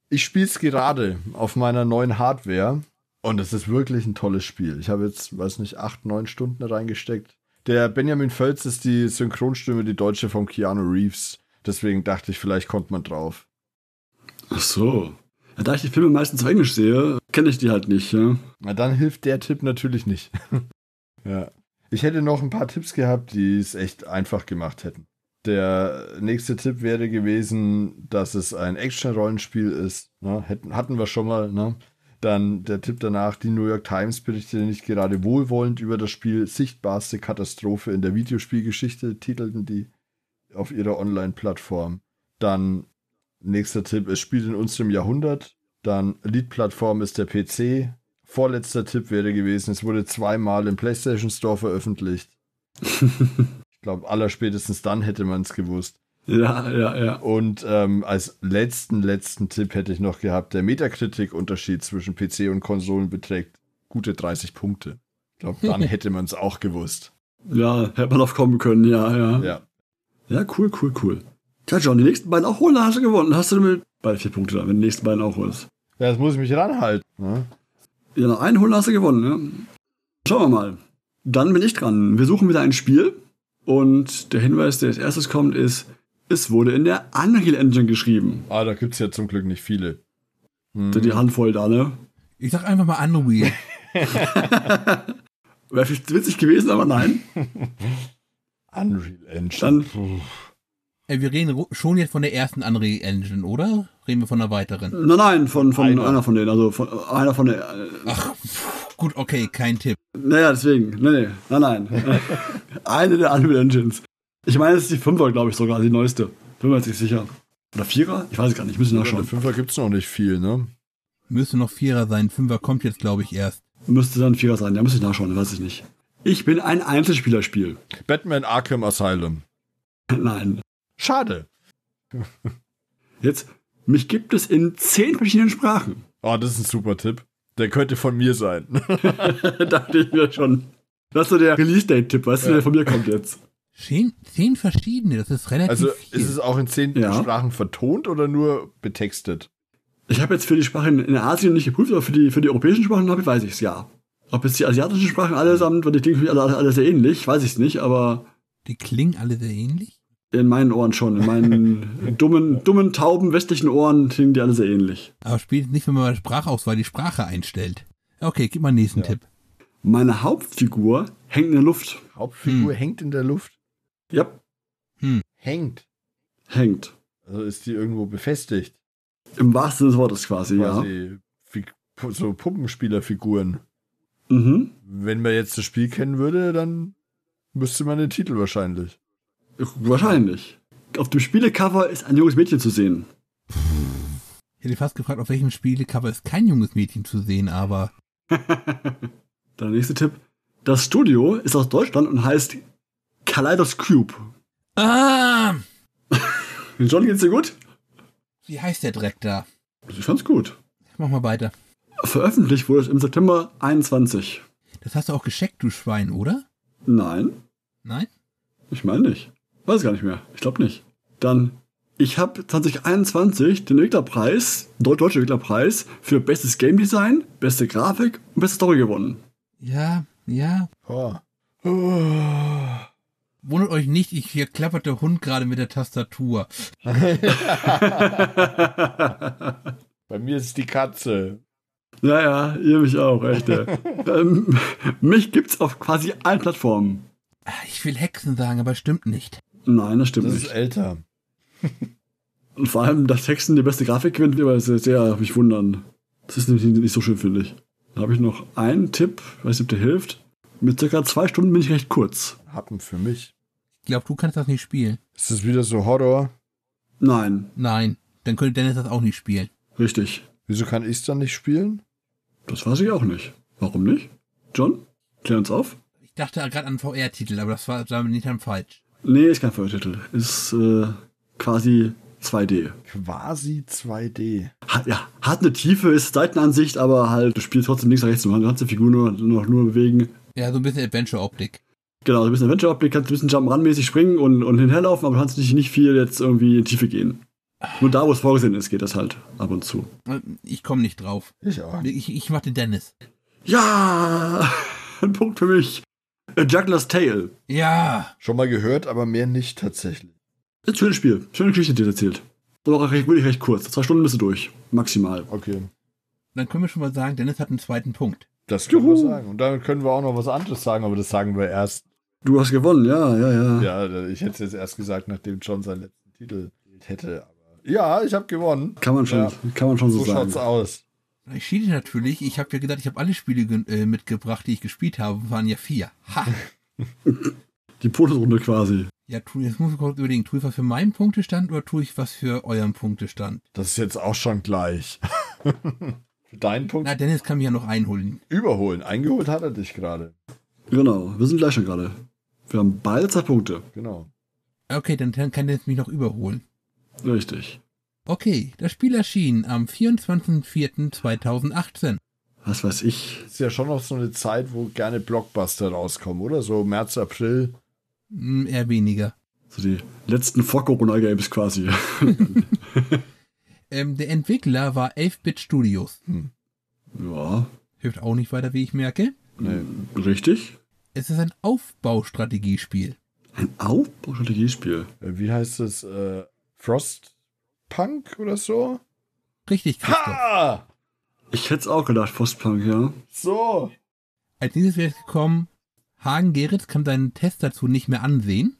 Speaker 1: Ich spiele es gerade auf meiner neuen Hardware und es ist wirklich ein tolles Spiel. Ich habe jetzt, weiß nicht, acht, neun Stunden reingesteckt. Der Benjamin Völz ist die Synchronstimme, die deutsche von Keanu Reeves. Deswegen dachte ich, vielleicht kommt man drauf.
Speaker 3: Ach so. Ja, da ich die Filme meistens auf Englisch sehe, kenne ich die halt nicht. Ja?
Speaker 1: Na, dann hilft der Tipp natürlich nicht. ja. Ich hätte noch ein paar Tipps gehabt, die es echt einfach gemacht hätten. Der nächste Tipp wäre gewesen, dass es ein Action-Rollenspiel ist. Ne? Hätten, hatten wir schon mal. Ne? Dann der Tipp danach, die New York Times berichtete nicht gerade wohlwollend über das Spiel. Sichtbarste Katastrophe in der Videospielgeschichte, titelten die auf ihrer Online-Plattform. Dann nächster Tipp, es spielt in unserem Jahrhundert. Dann Lead-Plattform ist der PC. Vorletzter Tipp wäre gewesen, es wurde zweimal im PlayStation Store veröffentlicht. ich glaube, allerspätestens dann hätte man es gewusst.
Speaker 3: Ja, ja, ja.
Speaker 1: Und ähm, als letzten, letzten Tipp hätte ich noch gehabt, der Metakritik-Unterschied zwischen PC und Konsolen beträgt gute 30 Punkte. Ich glaube, dann hätte man es auch gewusst.
Speaker 3: Ja, hätte man drauf kommen können, ja, ja.
Speaker 1: Ja.
Speaker 3: Ja, cool, cool, cool. Ja, John, die nächsten beiden auch holen, dann hast du gewonnen. Dann Hast du damit beide vier Punkte da, wenn du die nächsten beiden auch holst.
Speaker 1: Ja, jetzt muss ich mich ranhalten. Ne?
Speaker 3: Ja, noch einen holen, hast du gewonnen, ne? Schauen wir mal. Dann bin ich dran. Wir suchen wieder ein Spiel. Und der Hinweis, der als erstes kommt, ist, es wurde in der Unreal Engine geschrieben.
Speaker 1: Ah, da gibt es ja zum Glück nicht viele. Hm,
Speaker 3: Sind
Speaker 1: Mhm.
Speaker 3: Die Handvoll da, ne?
Speaker 2: Ich sag einfach mal Unreal.
Speaker 3: Wäre vielleicht witzig gewesen, aber nein.
Speaker 1: Unreal Engine.
Speaker 3: Dann-
Speaker 1: Puh.
Speaker 2: Ey, wir reden ru- schon jetzt von der ersten Unreal Engine, oder? Reden wir von einer
Speaker 1: Mhm.
Speaker 2: weiteren.
Speaker 3: Nein, nein, von, von
Speaker 1: Einer.
Speaker 3: einer. von denen. Also von einer von der. äh,
Speaker 2: Ach, pff, gut, okay, kein Tipp.
Speaker 3: Naja, deswegen. Nee, nee, nein, nein. Eine der Unreal Engines. Ich meine, es ist die Fünfer, glaube ich, sogar, die neueste. Bin mir jetzt nicht sicher. Oder Vierer? Ich weiß es gar nicht, müssen wir
Speaker 1: Schon.
Speaker 3: nachschauen.
Speaker 1: Fünfer gibt es noch nicht viel, ne?
Speaker 2: Müsste noch Vierer sein. Fünfer kommt jetzt, glaube ich, erst.
Speaker 3: Müsste dann Vierer sein, ja, muss ich nachschauen, weiß ich nicht. Ich bin ein Einzelspielerspiel.
Speaker 1: Batman Arkham Asylum.
Speaker 3: Nein.
Speaker 1: Schade.
Speaker 3: Jetzt, mich gibt es in zehn verschiedenen Sprachen.
Speaker 1: Ah, das ist ein super Tipp. Der könnte von mir sein.
Speaker 3: Dachte ich mir schon. Das ist so der Release-Date-Tipp, weißt du, der von mir kommt jetzt.
Speaker 2: Zehn, zehn verschiedene, das ist relativ
Speaker 1: Also
Speaker 2: viel.
Speaker 1: ist es auch in zehn
Speaker 3: Ja.
Speaker 1: Sprachen vertont oder nur betextet?
Speaker 3: Ich habe jetzt für die Sprachen in Asien nicht geprüft, aber für die, für die europäischen Sprachen habe ich, weiß ich es, ja. Ob jetzt die asiatischen Sprachen allesamt, weil die klingen natürlich alle, alle sehr ähnlich, weiß ich es nicht, aber
Speaker 2: Die klingen alle sehr ähnlich.
Speaker 3: in meinen Ohren schon. In meinen dummen, dummen, tauben westlichen Ohren klingen die alle sehr ähnlich.
Speaker 2: Aber spielt nicht, wenn man bei der Sprachauswahl die Sprache einstellt. Okay, gib mal einen nächsten Tipp.
Speaker 3: Meine Hauptfigur hängt in der Luft.
Speaker 1: Hauptfigur hängt in der Luft.
Speaker 3: Ja,
Speaker 1: Hängt.
Speaker 3: hängt.
Speaker 1: Also ist die irgendwo befestigt.
Speaker 3: Im wahrsten Sinne des Wortes quasi, ja.
Speaker 1: Quasi Fig- pu- so Puppenspielerfiguren.
Speaker 3: Mhm.
Speaker 1: Wenn man jetzt das Spiel kennen würde, dann müsste man den Titel wahrscheinlich.
Speaker 3: Wahrscheinlich. Auf dem Spielecover ist ein junges Mädchen zu sehen.
Speaker 2: Ich hätte fast gefragt, auf welchem Spielecover ist kein junges Mädchen zu sehen, aber
Speaker 3: Der nächste Tipp. Das Studio ist aus Deutschland und heißt Kaleidos Cube.
Speaker 2: Ah!
Speaker 3: John, geht's dir gut? Also,
Speaker 2: Wie heißt der Dreck da?
Speaker 3: Ich fand's gut.
Speaker 2: Mach mal weiter.
Speaker 3: Veröffentlicht wurde es im September 21.
Speaker 2: Das hast du auch gescheckt, du Schwein, oder?
Speaker 3: Nein,
Speaker 2: Nein?
Speaker 3: ich meine nicht. Weiß gar nicht mehr. Ich glaube nicht. Dann, ich habe 2021 den Entwicklerpreis, Deu- deutschen Entwicklerpreis, für bestes Game Design, beste Grafik und beste Story gewonnen.
Speaker 2: Ja, ja.
Speaker 1: Oh. Oh.
Speaker 2: Wundert euch nicht, ich hier klappert der Hund gerade mit der Tastatur.
Speaker 1: Bei mir ist die Katze.
Speaker 3: Naja, ihr mich auch, echt. ey. ähm, mich gibt's auf quasi allen Plattformen.
Speaker 2: Ah, Ich will Hexen sagen, aber stimmt nicht.
Speaker 3: Nein, das stimmt
Speaker 1: Das ist
Speaker 3: nicht.
Speaker 1: älter.
Speaker 3: Und vor allem, dass Hexen die beste Grafik gewinnt, wird sehr, sehr mich wundern. Das ist nämlich nicht so schön, finde ich. Da habe ich noch einen Tipp, weiß nicht, ob der hilft. Mit circa zwei Stunden bin ich recht kurz.
Speaker 1: Happen für mich.
Speaker 2: Ich glaube, du kannst das nicht spielen.
Speaker 1: Ist das wieder so Horror?
Speaker 3: Nein,
Speaker 2: Nein, dann könnte Dennis das auch nicht spielen.
Speaker 3: richtig.
Speaker 1: Wieso kann ich es dann nicht spielen?
Speaker 3: Das weiß ich auch nicht. Warum nicht? John, klär uns auf.
Speaker 2: Ich dachte gerade an VR-Titel, aber das war damit nicht am falsch.
Speaker 3: Nee, ist kein Feuertitel. Ist äh, quasi 2D.
Speaker 1: Quasi 2D.
Speaker 3: Hat, ja, hat eine Tiefe, ist Seitenansicht, aber halt, du spielst trotzdem links und rechts. Du kannst die Figur nur, noch nur bewegen.
Speaker 2: Ja, so ein bisschen Adventure-Optik.
Speaker 3: Genau, so ein bisschen Adventure-Optik, kannst ein bisschen Jump-Run-mäßig springen und, und hinherlaufen, aber du kannst nicht, nicht viel jetzt irgendwie in die Tiefe gehen. Nur da, wo es vorgesehen ist, geht das halt ab und zu.
Speaker 2: Ich komme nicht drauf.
Speaker 1: Ich auch.
Speaker 2: Ich, ich mach den Dennis.
Speaker 3: Ja! Ein Punkt für mich. A Juggler's Tale.
Speaker 2: Ja.
Speaker 1: Schon mal gehört, aber mehr nicht tatsächlich.
Speaker 3: Ist ein schönes Spiel. Schöne Geschichte, die es erzählt. Aber auch recht, wirklich recht kurz. Zwei Stunden bist du durch. Maximal.
Speaker 1: Okay.
Speaker 2: Dann können wir schon mal sagen, Dennis hat einen zweiten Punkt.
Speaker 1: Das können wir
Speaker 3: Juhu.
Speaker 1: sagen. Und dann können wir auch noch was anderes sagen, aber das sagen wir erst.
Speaker 3: Du hast gewonnen, ja, ja, ja.
Speaker 1: Ja, ich hätte es jetzt erst gesagt, nachdem John seinen letzten Titel hätte. Aber ja, ich habe gewonnen.
Speaker 3: Kann man schon,
Speaker 1: Ja.
Speaker 3: kann man schon so,
Speaker 1: So
Speaker 3: sagen.
Speaker 1: schaut's aus.
Speaker 2: Ich schiede natürlich. Ich habe ja gedacht, ich habe alle Spiele gen- äh, mitgebracht, die ich gespielt habe. Waren ja vier. Ha.
Speaker 3: Die Bonusrunde quasi.
Speaker 2: Ja, tu, jetzt muss ich kurz überlegen. Tue ich was für meinen Punktestand oder tue ich was für euren Punktestand?
Speaker 1: Das ist jetzt auch schon gleich. Für deinen Punkt
Speaker 2: Na, Dennis kann mich ja noch einholen.
Speaker 1: überholen. Eingeholt hat er dich gerade.
Speaker 3: Genau, wir sind gleich schon gerade. Wir haben beide zwei Punkte.
Speaker 1: Genau.
Speaker 2: Okay, dann dann kann Dennis mich noch überholen.
Speaker 3: Richtig.
Speaker 2: Okay, das Spiel erschien am 24.04.2018.
Speaker 3: Was weiß ich.
Speaker 1: Ist ja schon noch so eine Zeit, wo gerne Blockbuster rauskommen, oder? So März, April.
Speaker 2: Hm, eher weniger.
Speaker 3: So die letzten Vor-Corona-Games quasi.
Speaker 2: Ähm, der Entwickler war 11-Bit Studios.
Speaker 3: ja,
Speaker 2: Hilft auch nicht weiter, wie ich merke.
Speaker 1: Nee.
Speaker 3: richtig.
Speaker 2: Es ist ein Aufbaustrategiespiel.
Speaker 3: Ein Aufbaustrategiespiel.
Speaker 1: Äh, Wie heißt es? Äh, Frostpunk oder so?
Speaker 2: Richtig, Christoph.
Speaker 1: Ha!
Speaker 3: Ich hätte es auch gedacht, Postpunk, ja.
Speaker 1: So.
Speaker 2: Als nächstes wäre es gekommen, Hagen Geritz kann seinen Test dazu nicht mehr ansehen.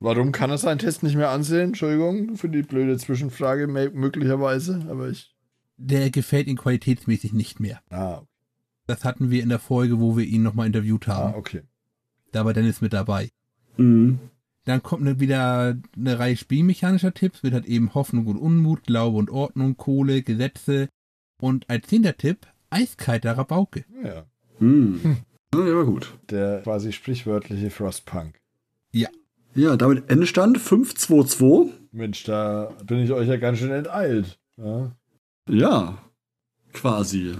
Speaker 1: Warum kann er seinen Test nicht mehr ansehen? Entschuldigung für die blöde Zwischenfrage mö- möglicherweise, aber ich.
Speaker 2: Der gefällt ihm qualitätsmäßig nicht mehr.
Speaker 1: Ah,
Speaker 2: Das hatten wir in der Folge, wo wir ihn nochmal interviewt
Speaker 1: ah
Speaker 2: haben.
Speaker 1: okay.
Speaker 2: Da war Dennis mit dabei.
Speaker 3: Mhm.
Speaker 2: Dann kommt ne- wieder eine Reihe spielmechanischer Tipps mit halt eben Hoffnung und Unmut, Glaube und Ordnung, Kohle, Gesetze. Und als zehnter Tipp, eiskalter Rabauke.
Speaker 1: Naja.
Speaker 3: Mhm. Ja, der war gut.
Speaker 1: Der quasi sprichwörtliche Frostpunk.
Speaker 3: Ja, damit Endstand 5-2-2.
Speaker 1: Mensch, da bin ich euch ja ganz schön enteilt. Ja.
Speaker 3: Ja, quasi.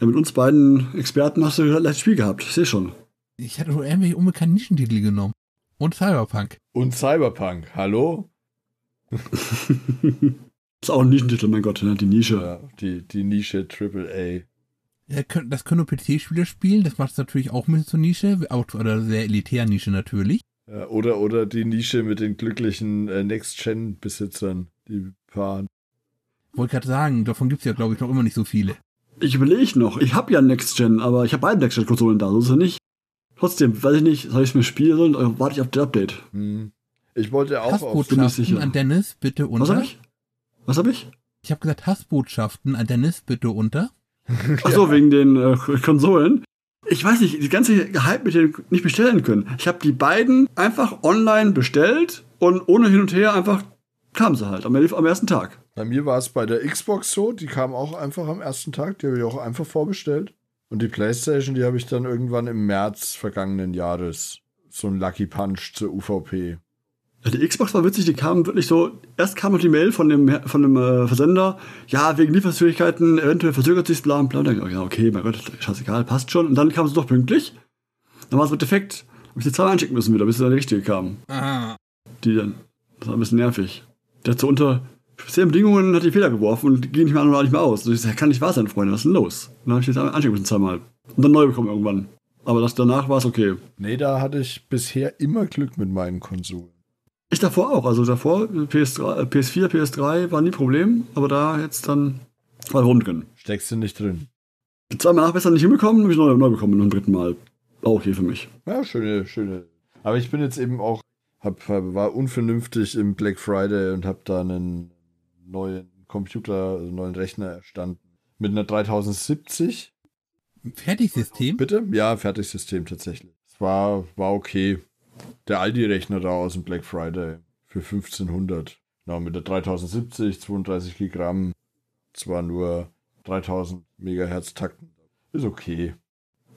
Speaker 3: Ja, mit uns beiden Experten hast du ein leichtes Spiel gehabt. Ich sehe schon.
Speaker 2: Ich hatte wohl irgendwelche unbekannten Nischentitel genommen. Und Cyberpunk.
Speaker 1: Und Cyberpunk, hallo?
Speaker 3: Ist auch ein Nischentitel, mein Gott, ne? die Nische.
Speaker 1: Ja, die, die Nische AAA.
Speaker 2: Ja, könnt- das können nur PC-Spieler spielen, das macht es natürlich auch ein bisschen zur Nische, auch zu einer sehr elitären Nische natürlich.
Speaker 1: Ja, oder, oder die Nische mit den glücklichen äh, Next-Gen-Besitzern, die paar.
Speaker 2: Wollte gerade sagen, davon gibt's ja, glaube ich, noch immer nicht so viele.
Speaker 3: Ich überlege noch. Ich habe ja Next Gen, aber ich habe beide Next Gen-Konsolen da, so ist es ja nicht. Trotzdem, weiß ich nicht, soll ich es mir spielen sollen? Oder Warte ich auf das Update.
Speaker 1: Hm. Ich wollte auch auf.
Speaker 2: Hassbotschaften
Speaker 3: sicher.
Speaker 2: an Dennis bitte
Speaker 3: Was
Speaker 2: unter.
Speaker 3: habe ich? Was habe ich?
Speaker 2: Ich habe gesagt, Hassbotschaften an Dennis bitte unter.
Speaker 3: Ach so, wegen den äh, Konsolen. Ich weiß nicht, die ganze Hype mit dem nicht bestellen können. Ich habe die beiden einfach online bestellt und ohne hin und her einfach kamen sie halt am, am ersten Tag.
Speaker 1: Bei mir war es bei der Xbox so, die kam auch einfach am ersten Tag, die habe ich auch einfach vorbestellt. Und die PlayStation, die habe ich dann irgendwann im März vergangenen Jahres. So ein Lucky Punch zur UVP.
Speaker 3: Ja, Die Xbox war witzig, die kamen wirklich so, erst kam noch die Mail von dem, Her- von dem äh, Versender, ja, wegen Lieferschwierigkeiten, eventuell verzögert sich's, bla bla. bla. Ja, okay, mein Gott, scheißegal, passt schon. Und dann kam es doch pünktlich. Dann war es mit defekt. Hab ich die Zahl einschicken müssen wieder, bis dann der richtige kam.
Speaker 2: Ah.
Speaker 3: Die dann. Das war ein bisschen nervig. Der hat so unter speziellen Bedingungen hat die Fehler geworfen und ging nicht mehr an und auch nicht mehr aus. Und ich so, das kann nicht wahr sein, Freunde, was ist denn los? Und dann habe ich jetzt anschicken müssen zweimal. Und dann neu bekommen irgendwann. Aber das, danach war es okay.
Speaker 1: Nee, da hatte ich bisher immer Glück mit meinen Konsolen.
Speaker 3: Ich davor auch, also davor, PS3, äh, PS4, PS3 war nie Problem, aber da jetzt dann mal rund drin.
Speaker 1: Steckst du nicht drin?
Speaker 3: Zweimal nachbessern nicht hinbekommen, habe ich neu, neu bekommen und dritten Mal. Auch okay für mich.
Speaker 1: Ja, schöne, schöne. Aber ich bin jetzt eben auch, hab, war unvernünftig im Black Friday und habe da einen neuen Computer, also einen neuen Rechner erstanden. Mit einer 3070,
Speaker 2: Fertigsystem?
Speaker 1: bitte? Ja, Fertigsystem tatsächlich. Es war, war okay. Der Aldi-Rechner da aus dem Black Friday für 1500. Genau, mit der 3070, 32 Gigramm, zwar nur 3000 Megahertz Takten. Ist okay.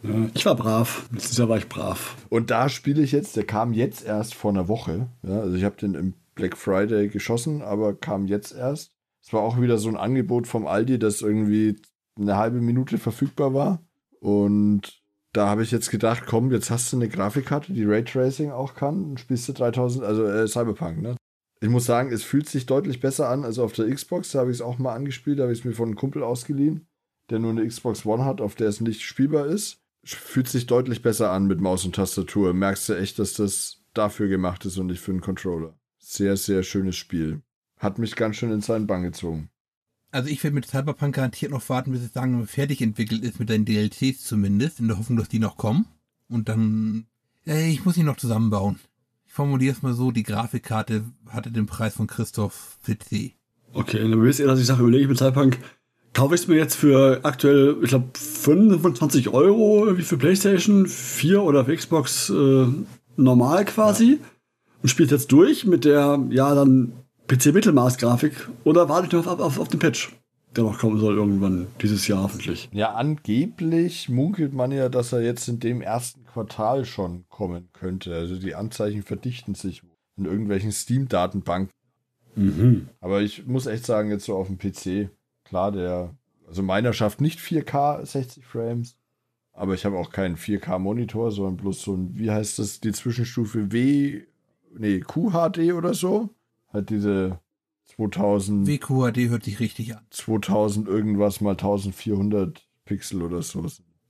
Speaker 3: Ja, ich war brav. Letztes Jahr war ich brav.
Speaker 1: Und da spiele ich jetzt, der kam jetzt erst vor einer Woche. Ja, also ich habe den im Black Friday geschossen, aber kam jetzt erst. Es war auch wieder so ein Angebot vom Aldi, das irgendwie eine halbe Minute verfügbar war. Und da habe ich jetzt gedacht, komm, jetzt hast du eine Grafikkarte, die Raytracing auch kann, und spielst du 3000, also äh, Cyberpunk, ne? Ich muss sagen, es fühlt sich deutlich besser an. Also auf der Xbox da habe ich es auch mal angespielt, da habe ich es mir von einem Kumpel ausgeliehen, der nur eine Xbox One hat, auf der es nicht spielbar ist. Fühlt sich deutlich besser an mit Maus und Tastatur. Merkst du echt, dass das dafür gemacht ist und nicht für einen Controller. Sehr, sehr schönes Spiel. Hat mich ganz schön in seinen Bann gezogen.
Speaker 2: Also ich werde mit Cyberpunk garantiert noch warten, bis es sagen, wir, fertig entwickelt ist mit den DLCs zumindest, in der Hoffnung, dass die noch kommen. Und dann, ey, ich muss ihn noch zusammenbauen. Ich formuliere es mal so, die Grafikkarte hatte den Preis von Christoph PC.
Speaker 3: Okay, dann wisst ihr, dass ich sage, überlege ich mit Cyberpunk, kaufe ich es mir jetzt für aktuell, ich glaube, 25 Euro wie für Playstation 4 oder für Xbox äh, normal quasi und spiele es jetzt durch mit der, ja, dann PC-Mittelmaß-Grafik oder warte ich noch auf, auf, auf den Patch, der noch kommen soll irgendwann dieses Jahr hoffentlich.
Speaker 1: Ja, angeblich munkelt man ja, dass er jetzt in dem ersten Quartal schon kommen könnte. Also die Anzeichen verdichten sich in irgendwelchen Steam-Datenbanken.
Speaker 3: Mhm.
Speaker 1: Aber ich muss echt sagen, jetzt so auf dem PC, klar, der, also meiner schafft nicht 4K 60 Frames, aber ich habe auch keinen 4K-Monitor, sondern bloß so ein, wie heißt das, die Zwischenstufe W, nee, QHD oder so. Halt diese 2000.
Speaker 2: WQHD hört sich richtig an.
Speaker 1: 2000 irgendwas mal 1400 Pixel oder so.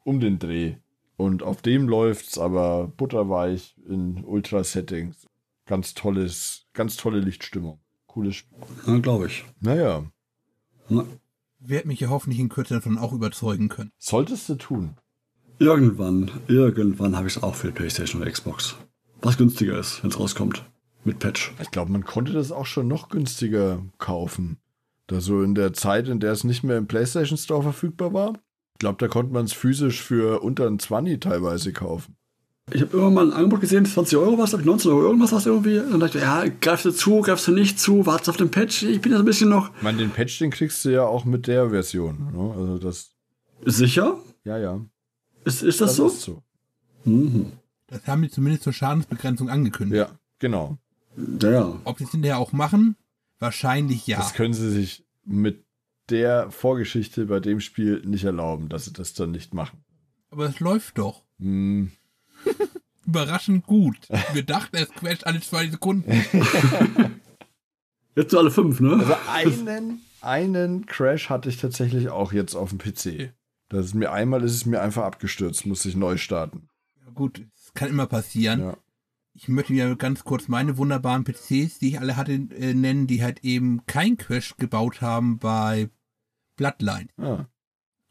Speaker 1: Um den Dreh. Und auf dem läuft's aber butterweich in Ultra-Settings. Ganz tolles, ganz tolle Lichtstimmung. Cooles Spiel.
Speaker 3: Ja, glaube ich.
Speaker 1: Naja,
Speaker 3: Na,
Speaker 2: Werd mich ja hoffentlich in Kürze davon auch überzeugen können.
Speaker 1: solltest du tun.
Speaker 3: irgendwann, irgendwann habe ich es auch für Playstation oder Xbox. Was günstiger ist, wenn es rauskommt. Mit Patch.
Speaker 1: Ich glaube, man konnte das auch schon noch günstiger kaufen. Da so in der Zeit, in der es nicht mehr im PlayStation Store verfügbar war. Ich glaube, da konnte man es physisch für unter ein 20 teilweise kaufen.
Speaker 3: Ich habe immer mal ein Angebot gesehen, 20 Euro was, 19 Euro irgendwas was irgendwie. Und dann dachte ich, ja, greifst du zu, greifst du nicht zu, wartest auf den Patch. Ich bin ja so ein bisschen noch
Speaker 1: Ich meine, den Patch, den kriegst du ja auch mit der Version. Ne? Also das,
Speaker 3: sicher.
Speaker 1: ja, ja.
Speaker 3: Ist, ist das, so?
Speaker 1: ist so.
Speaker 3: Mhm.
Speaker 2: Das haben die zumindest zur Schadensbegrenzung angekündigt.
Speaker 1: Ja, genau.
Speaker 3: Ja, ja.
Speaker 2: Ob die es hinterher auch machen? Wahrscheinlich ja.
Speaker 1: Das können sie sich mit der Vorgeschichte bei dem Spiel nicht erlauben, dass sie das dann nicht machen.
Speaker 2: Aber es läuft doch.
Speaker 1: Hm.
Speaker 2: Überraschend gut. Wir dachten, es crasht alle zwei Sekunden.
Speaker 3: Jetzt nur alle fünf, ne?
Speaker 1: Also einen, einen Crash hatte ich tatsächlich auch jetzt auf dem PC. Das ist mir einmal ist es mir einfach abgestürzt, musste ich neu starten.
Speaker 2: Ja, gut, es kann immer passieren.
Speaker 1: Ja.
Speaker 2: Ich möchte ja ganz kurz meine wunderbaren PCs, die ich alle hatte, äh, nennen, die halt eben kein Crash gebaut haben bei Bloodline.
Speaker 1: Ah.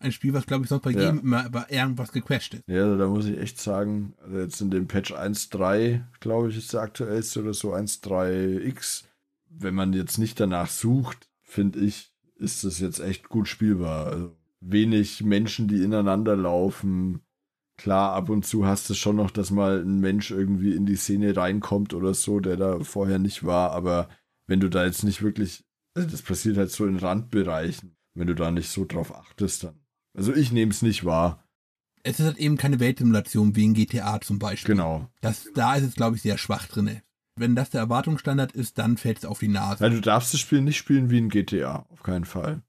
Speaker 2: Ein Spiel, was glaube ich sonst bei
Speaker 1: Ja.
Speaker 2: jedem immer über irgendwas gecrashed ist.
Speaker 1: Ja, also da muss ich echt sagen, also jetzt in dem Patch 1.3, glaube ich, ist der aktuellste oder so 1.3x. Wenn man jetzt nicht danach sucht, finde ich, ist das jetzt echt gut spielbar. Also wenig Menschen, die ineinander laufen. Klar, ab und zu hast du schon noch, dass mal ein Mensch irgendwie in die Szene reinkommt oder so, der da vorher nicht war, aber wenn du da jetzt nicht wirklich, also das passiert halt so in Randbereichen, wenn du da nicht so drauf achtest, dann. Also ich nehme es nicht wahr.
Speaker 2: Es ist halt eben keine Weltsimulation wie in GTA zum Beispiel.
Speaker 1: Genau.
Speaker 2: Das, da ist es, glaube ich, sehr schwach drinne. Wenn das der Erwartungsstandard ist, dann fällt es auf die Nase.
Speaker 1: Ja, du darfst das Spiel nicht spielen wie ein GTA, auf keinen Fall.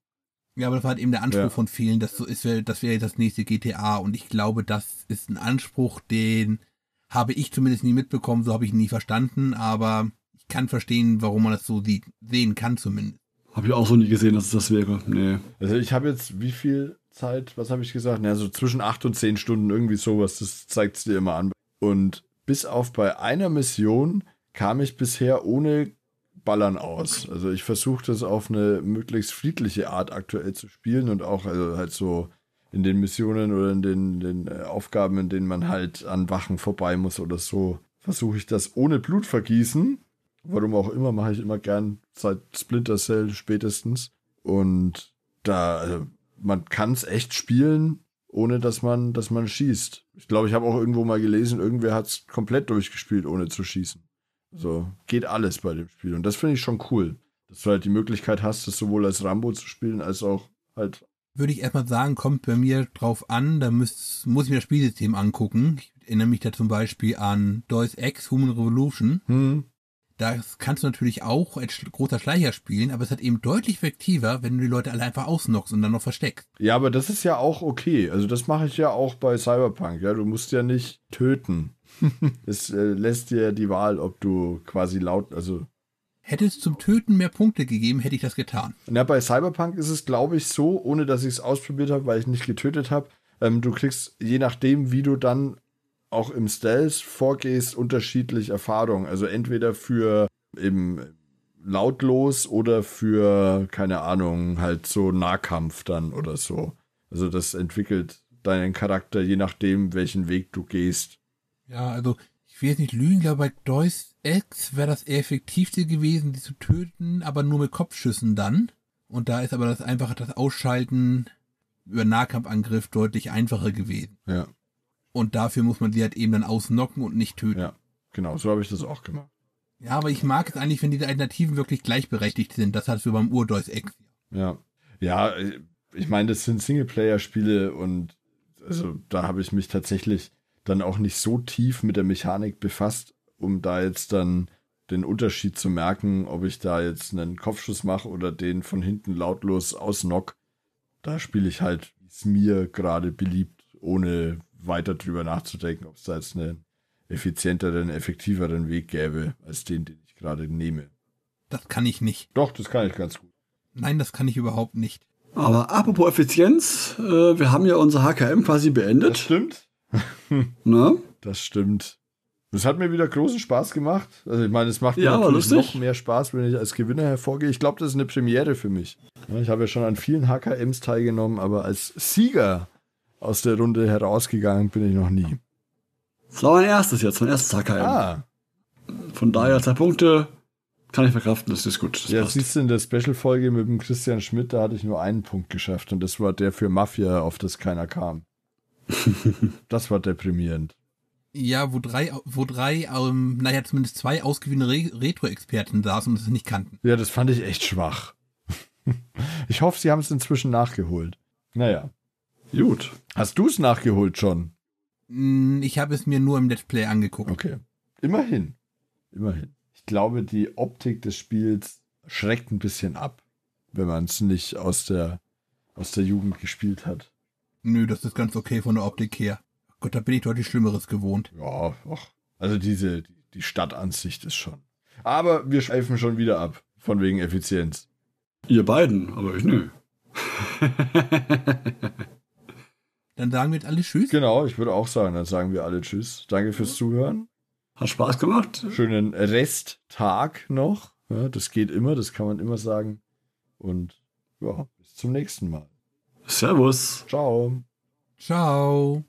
Speaker 2: Ja, aber das war halt eben der Anspruch
Speaker 1: Ja.
Speaker 2: von vielen, dass so ist, das wäre das nächste GTA. Und ich glaube, das ist ein Anspruch, den habe ich zumindest nie mitbekommen, so habe ich ihn nie verstanden, aber ich kann verstehen, warum man das so sieht, sehen kann zumindest.
Speaker 3: Habe ich auch so nie gesehen, dass es das wäre. Nee.
Speaker 1: Also ich habe jetzt wie viel Zeit, was habe ich gesagt? Na, so zwischen 8 und 10 Stunden, irgendwie sowas, das zeigt es dir immer an. Und bis auf bei einer Mission kam ich bisher ohne Ballern aus. Also ich versuche das auf eine möglichst friedliche Art aktuell zu spielen und auch also halt so in den Missionen oder in den, den äh, Aufgaben, in denen man halt an Wachen vorbei muss oder so, versuche ich das ohne Blutvergießen. Warum auch immer, mache ich immer gern seit Splinter Cell spätestens. Und da, also, man kann es echt spielen, ohne dass man, dass man schießt. Ich glaube, ich habe auch irgendwo mal gelesen, irgendwer hat es komplett durchgespielt, ohne zu schießen. So geht alles bei dem Spiel. Und das finde ich schon cool, dass du halt die Möglichkeit hast, das sowohl als Rambo zu spielen, als auch halt.
Speaker 2: Würde ich erstmal sagen, kommt bei mir drauf an, da müsst, muss ich mir das Spielsystem angucken. Ich erinnere mich da zum Beispiel an Deus Ex Human Revolution.
Speaker 1: Hm,
Speaker 2: Das kannst du natürlich auch als sch- großer Schleicher spielen, aber es hat eben deutlich effektiver, wenn du die Leute alle einfach ausnockst und dann noch versteckst.
Speaker 1: Ja, aber das ist ja auch okay. Also das mache ich ja auch bei Cyberpunk. Ja, du musst ja nicht töten. es äh, lässt dir die Wahl, ob du quasi laut, also
Speaker 2: Hätte es zum Töten mehr Punkte gegeben, hätte ich das getan.
Speaker 1: Na, bei Cyberpunk ist es, glaube ich, so, ohne dass ich es ausprobiert habe, weil ich nicht getötet habe. Ähm, du kriegst, je nachdem, wie du dann auch im Stealth vorgehst, unterschiedlich Erfahrung. Also entweder für eben lautlos oder für, keine Ahnung, halt so Nahkampf dann oder so. Also das entwickelt deinen Charakter, je nachdem, welchen Weg du gehst.
Speaker 2: Ja, also ich will jetzt nicht lügen, aber bei Deus Ex wäre das eher effektivste gewesen, die zu töten, aber nur mit Kopfschüssen dann. Und da ist aber das einfache, das Ausschalten über Nahkampfangriff deutlich einfacher gewesen.
Speaker 1: Ja,
Speaker 2: Und dafür muss man sie halt eben dann ausnocken und nicht töten. Ja,
Speaker 1: ja. Genau, so habe ich das auch gemacht.
Speaker 2: aber ich mag es eigentlich, wenn die Alternativen wirklich gleichberechtigt sind. Das hattest du beim Ur-Deus Ex.
Speaker 1: Ja. Ja, ich meine, das sind Singleplayer-Spiele und also da habe ich mich tatsächlich dann auch nicht so tief mit der Mechanik befasst, um da jetzt dann den Unterschied zu merken, ob ich da jetzt einen Kopfschuss mache oder den von hinten lautlos ausnock. Da spiele ich halt, wie es mir gerade beliebt, ohne weiter drüber nachzudenken, ob es da jetzt einen effizienteren, effektiveren Weg gäbe, als den, den ich gerade nehme.
Speaker 2: Das kann ich nicht.
Speaker 1: Doch, das kann ich ganz gut.
Speaker 2: Nein, das kann ich überhaupt nicht.
Speaker 3: Aber apropos Effizienz, äh, wir haben ja unser HKM quasi beendet.
Speaker 1: stimmt.
Speaker 3: Ne?
Speaker 1: Das stimmt. Es hat mir wieder großen Spaß gemacht. Also ich meine, es macht mir
Speaker 3: Ja, war
Speaker 1: natürlich noch
Speaker 3: lustig.
Speaker 1: mehr Spaß, wenn ich als Gewinner hervorgehe. Ich glaube, das ist eine Premiere für mich. Ja, Ich habe ja schon an vielen HKMs teilgenommen, aber als Sieger aus der Runde herausgegangen bin ich noch nie.
Speaker 3: Das war mein erstes jetzt, mein erstes HKM.
Speaker 1: Ah,
Speaker 3: Von daher zwei Punkte kann ich verkraften, das ist gut. Das
Speaker 1: ja,
Speaker 3: passt.
Speaker 1: siehst du in der Special-Folge mit dem Christian Schmidt, da hatte ich nur einen Punkt geschafft und das war der für Mafia, auf das keiner kam. das war deprimierend.
Speaker 2: Ja, wo drei, wo drei, ähm, naja, zumindest zwei ausgewiesene Re Retro-Experten saßen und es nicht kannten.
Speaker 1: Ja, das fand ich echt schwach. ich hoffe, sie haben es inzwischen nachgeholt. Naja.
Speaker 3: Gut.
Speaker 1: Hast du es nachgeholt schon?
Speaker 2: Mm, Ich habe es mir nur im Let's Play angeguckt.
Speaker 1: Okay. Immerhin. Immerhin. Ich glaube, die Optik des Spiels schreckt ein bisschen ab, wenn man es nicht aus der, aus der Jugend gespielt hat.
Speaker 2: Nö, das ist ganz okay von der Optik her. Gott, da bin ich deutlich Schlimmeres gewohnt.
Speaker 1: Ja, ach. Also diese, die Stadtansicht ist schon. Aber wir schweifen schon wieder ab. Von wegen Effizienz.
Speaker 3: Ihr beiden, aber ich nö.
Speaker 2: Dann sagen wir jetzt alle Tschüss.
Speaker 1: Genau, ich würde auch sagen, dann sagen wir alle Tschüss. Danke fürs Zuhören.
Speaker 3: Hat Spaß gemacht.
Speaker 1: schönen Resttag noch. Ja, das geht immer, das kann man immer sagen. Und ja, bis zum nächsten Mal.
Speaker 3: Servus.
Speaker 1: Ciao.
Speaker 2: Ciao.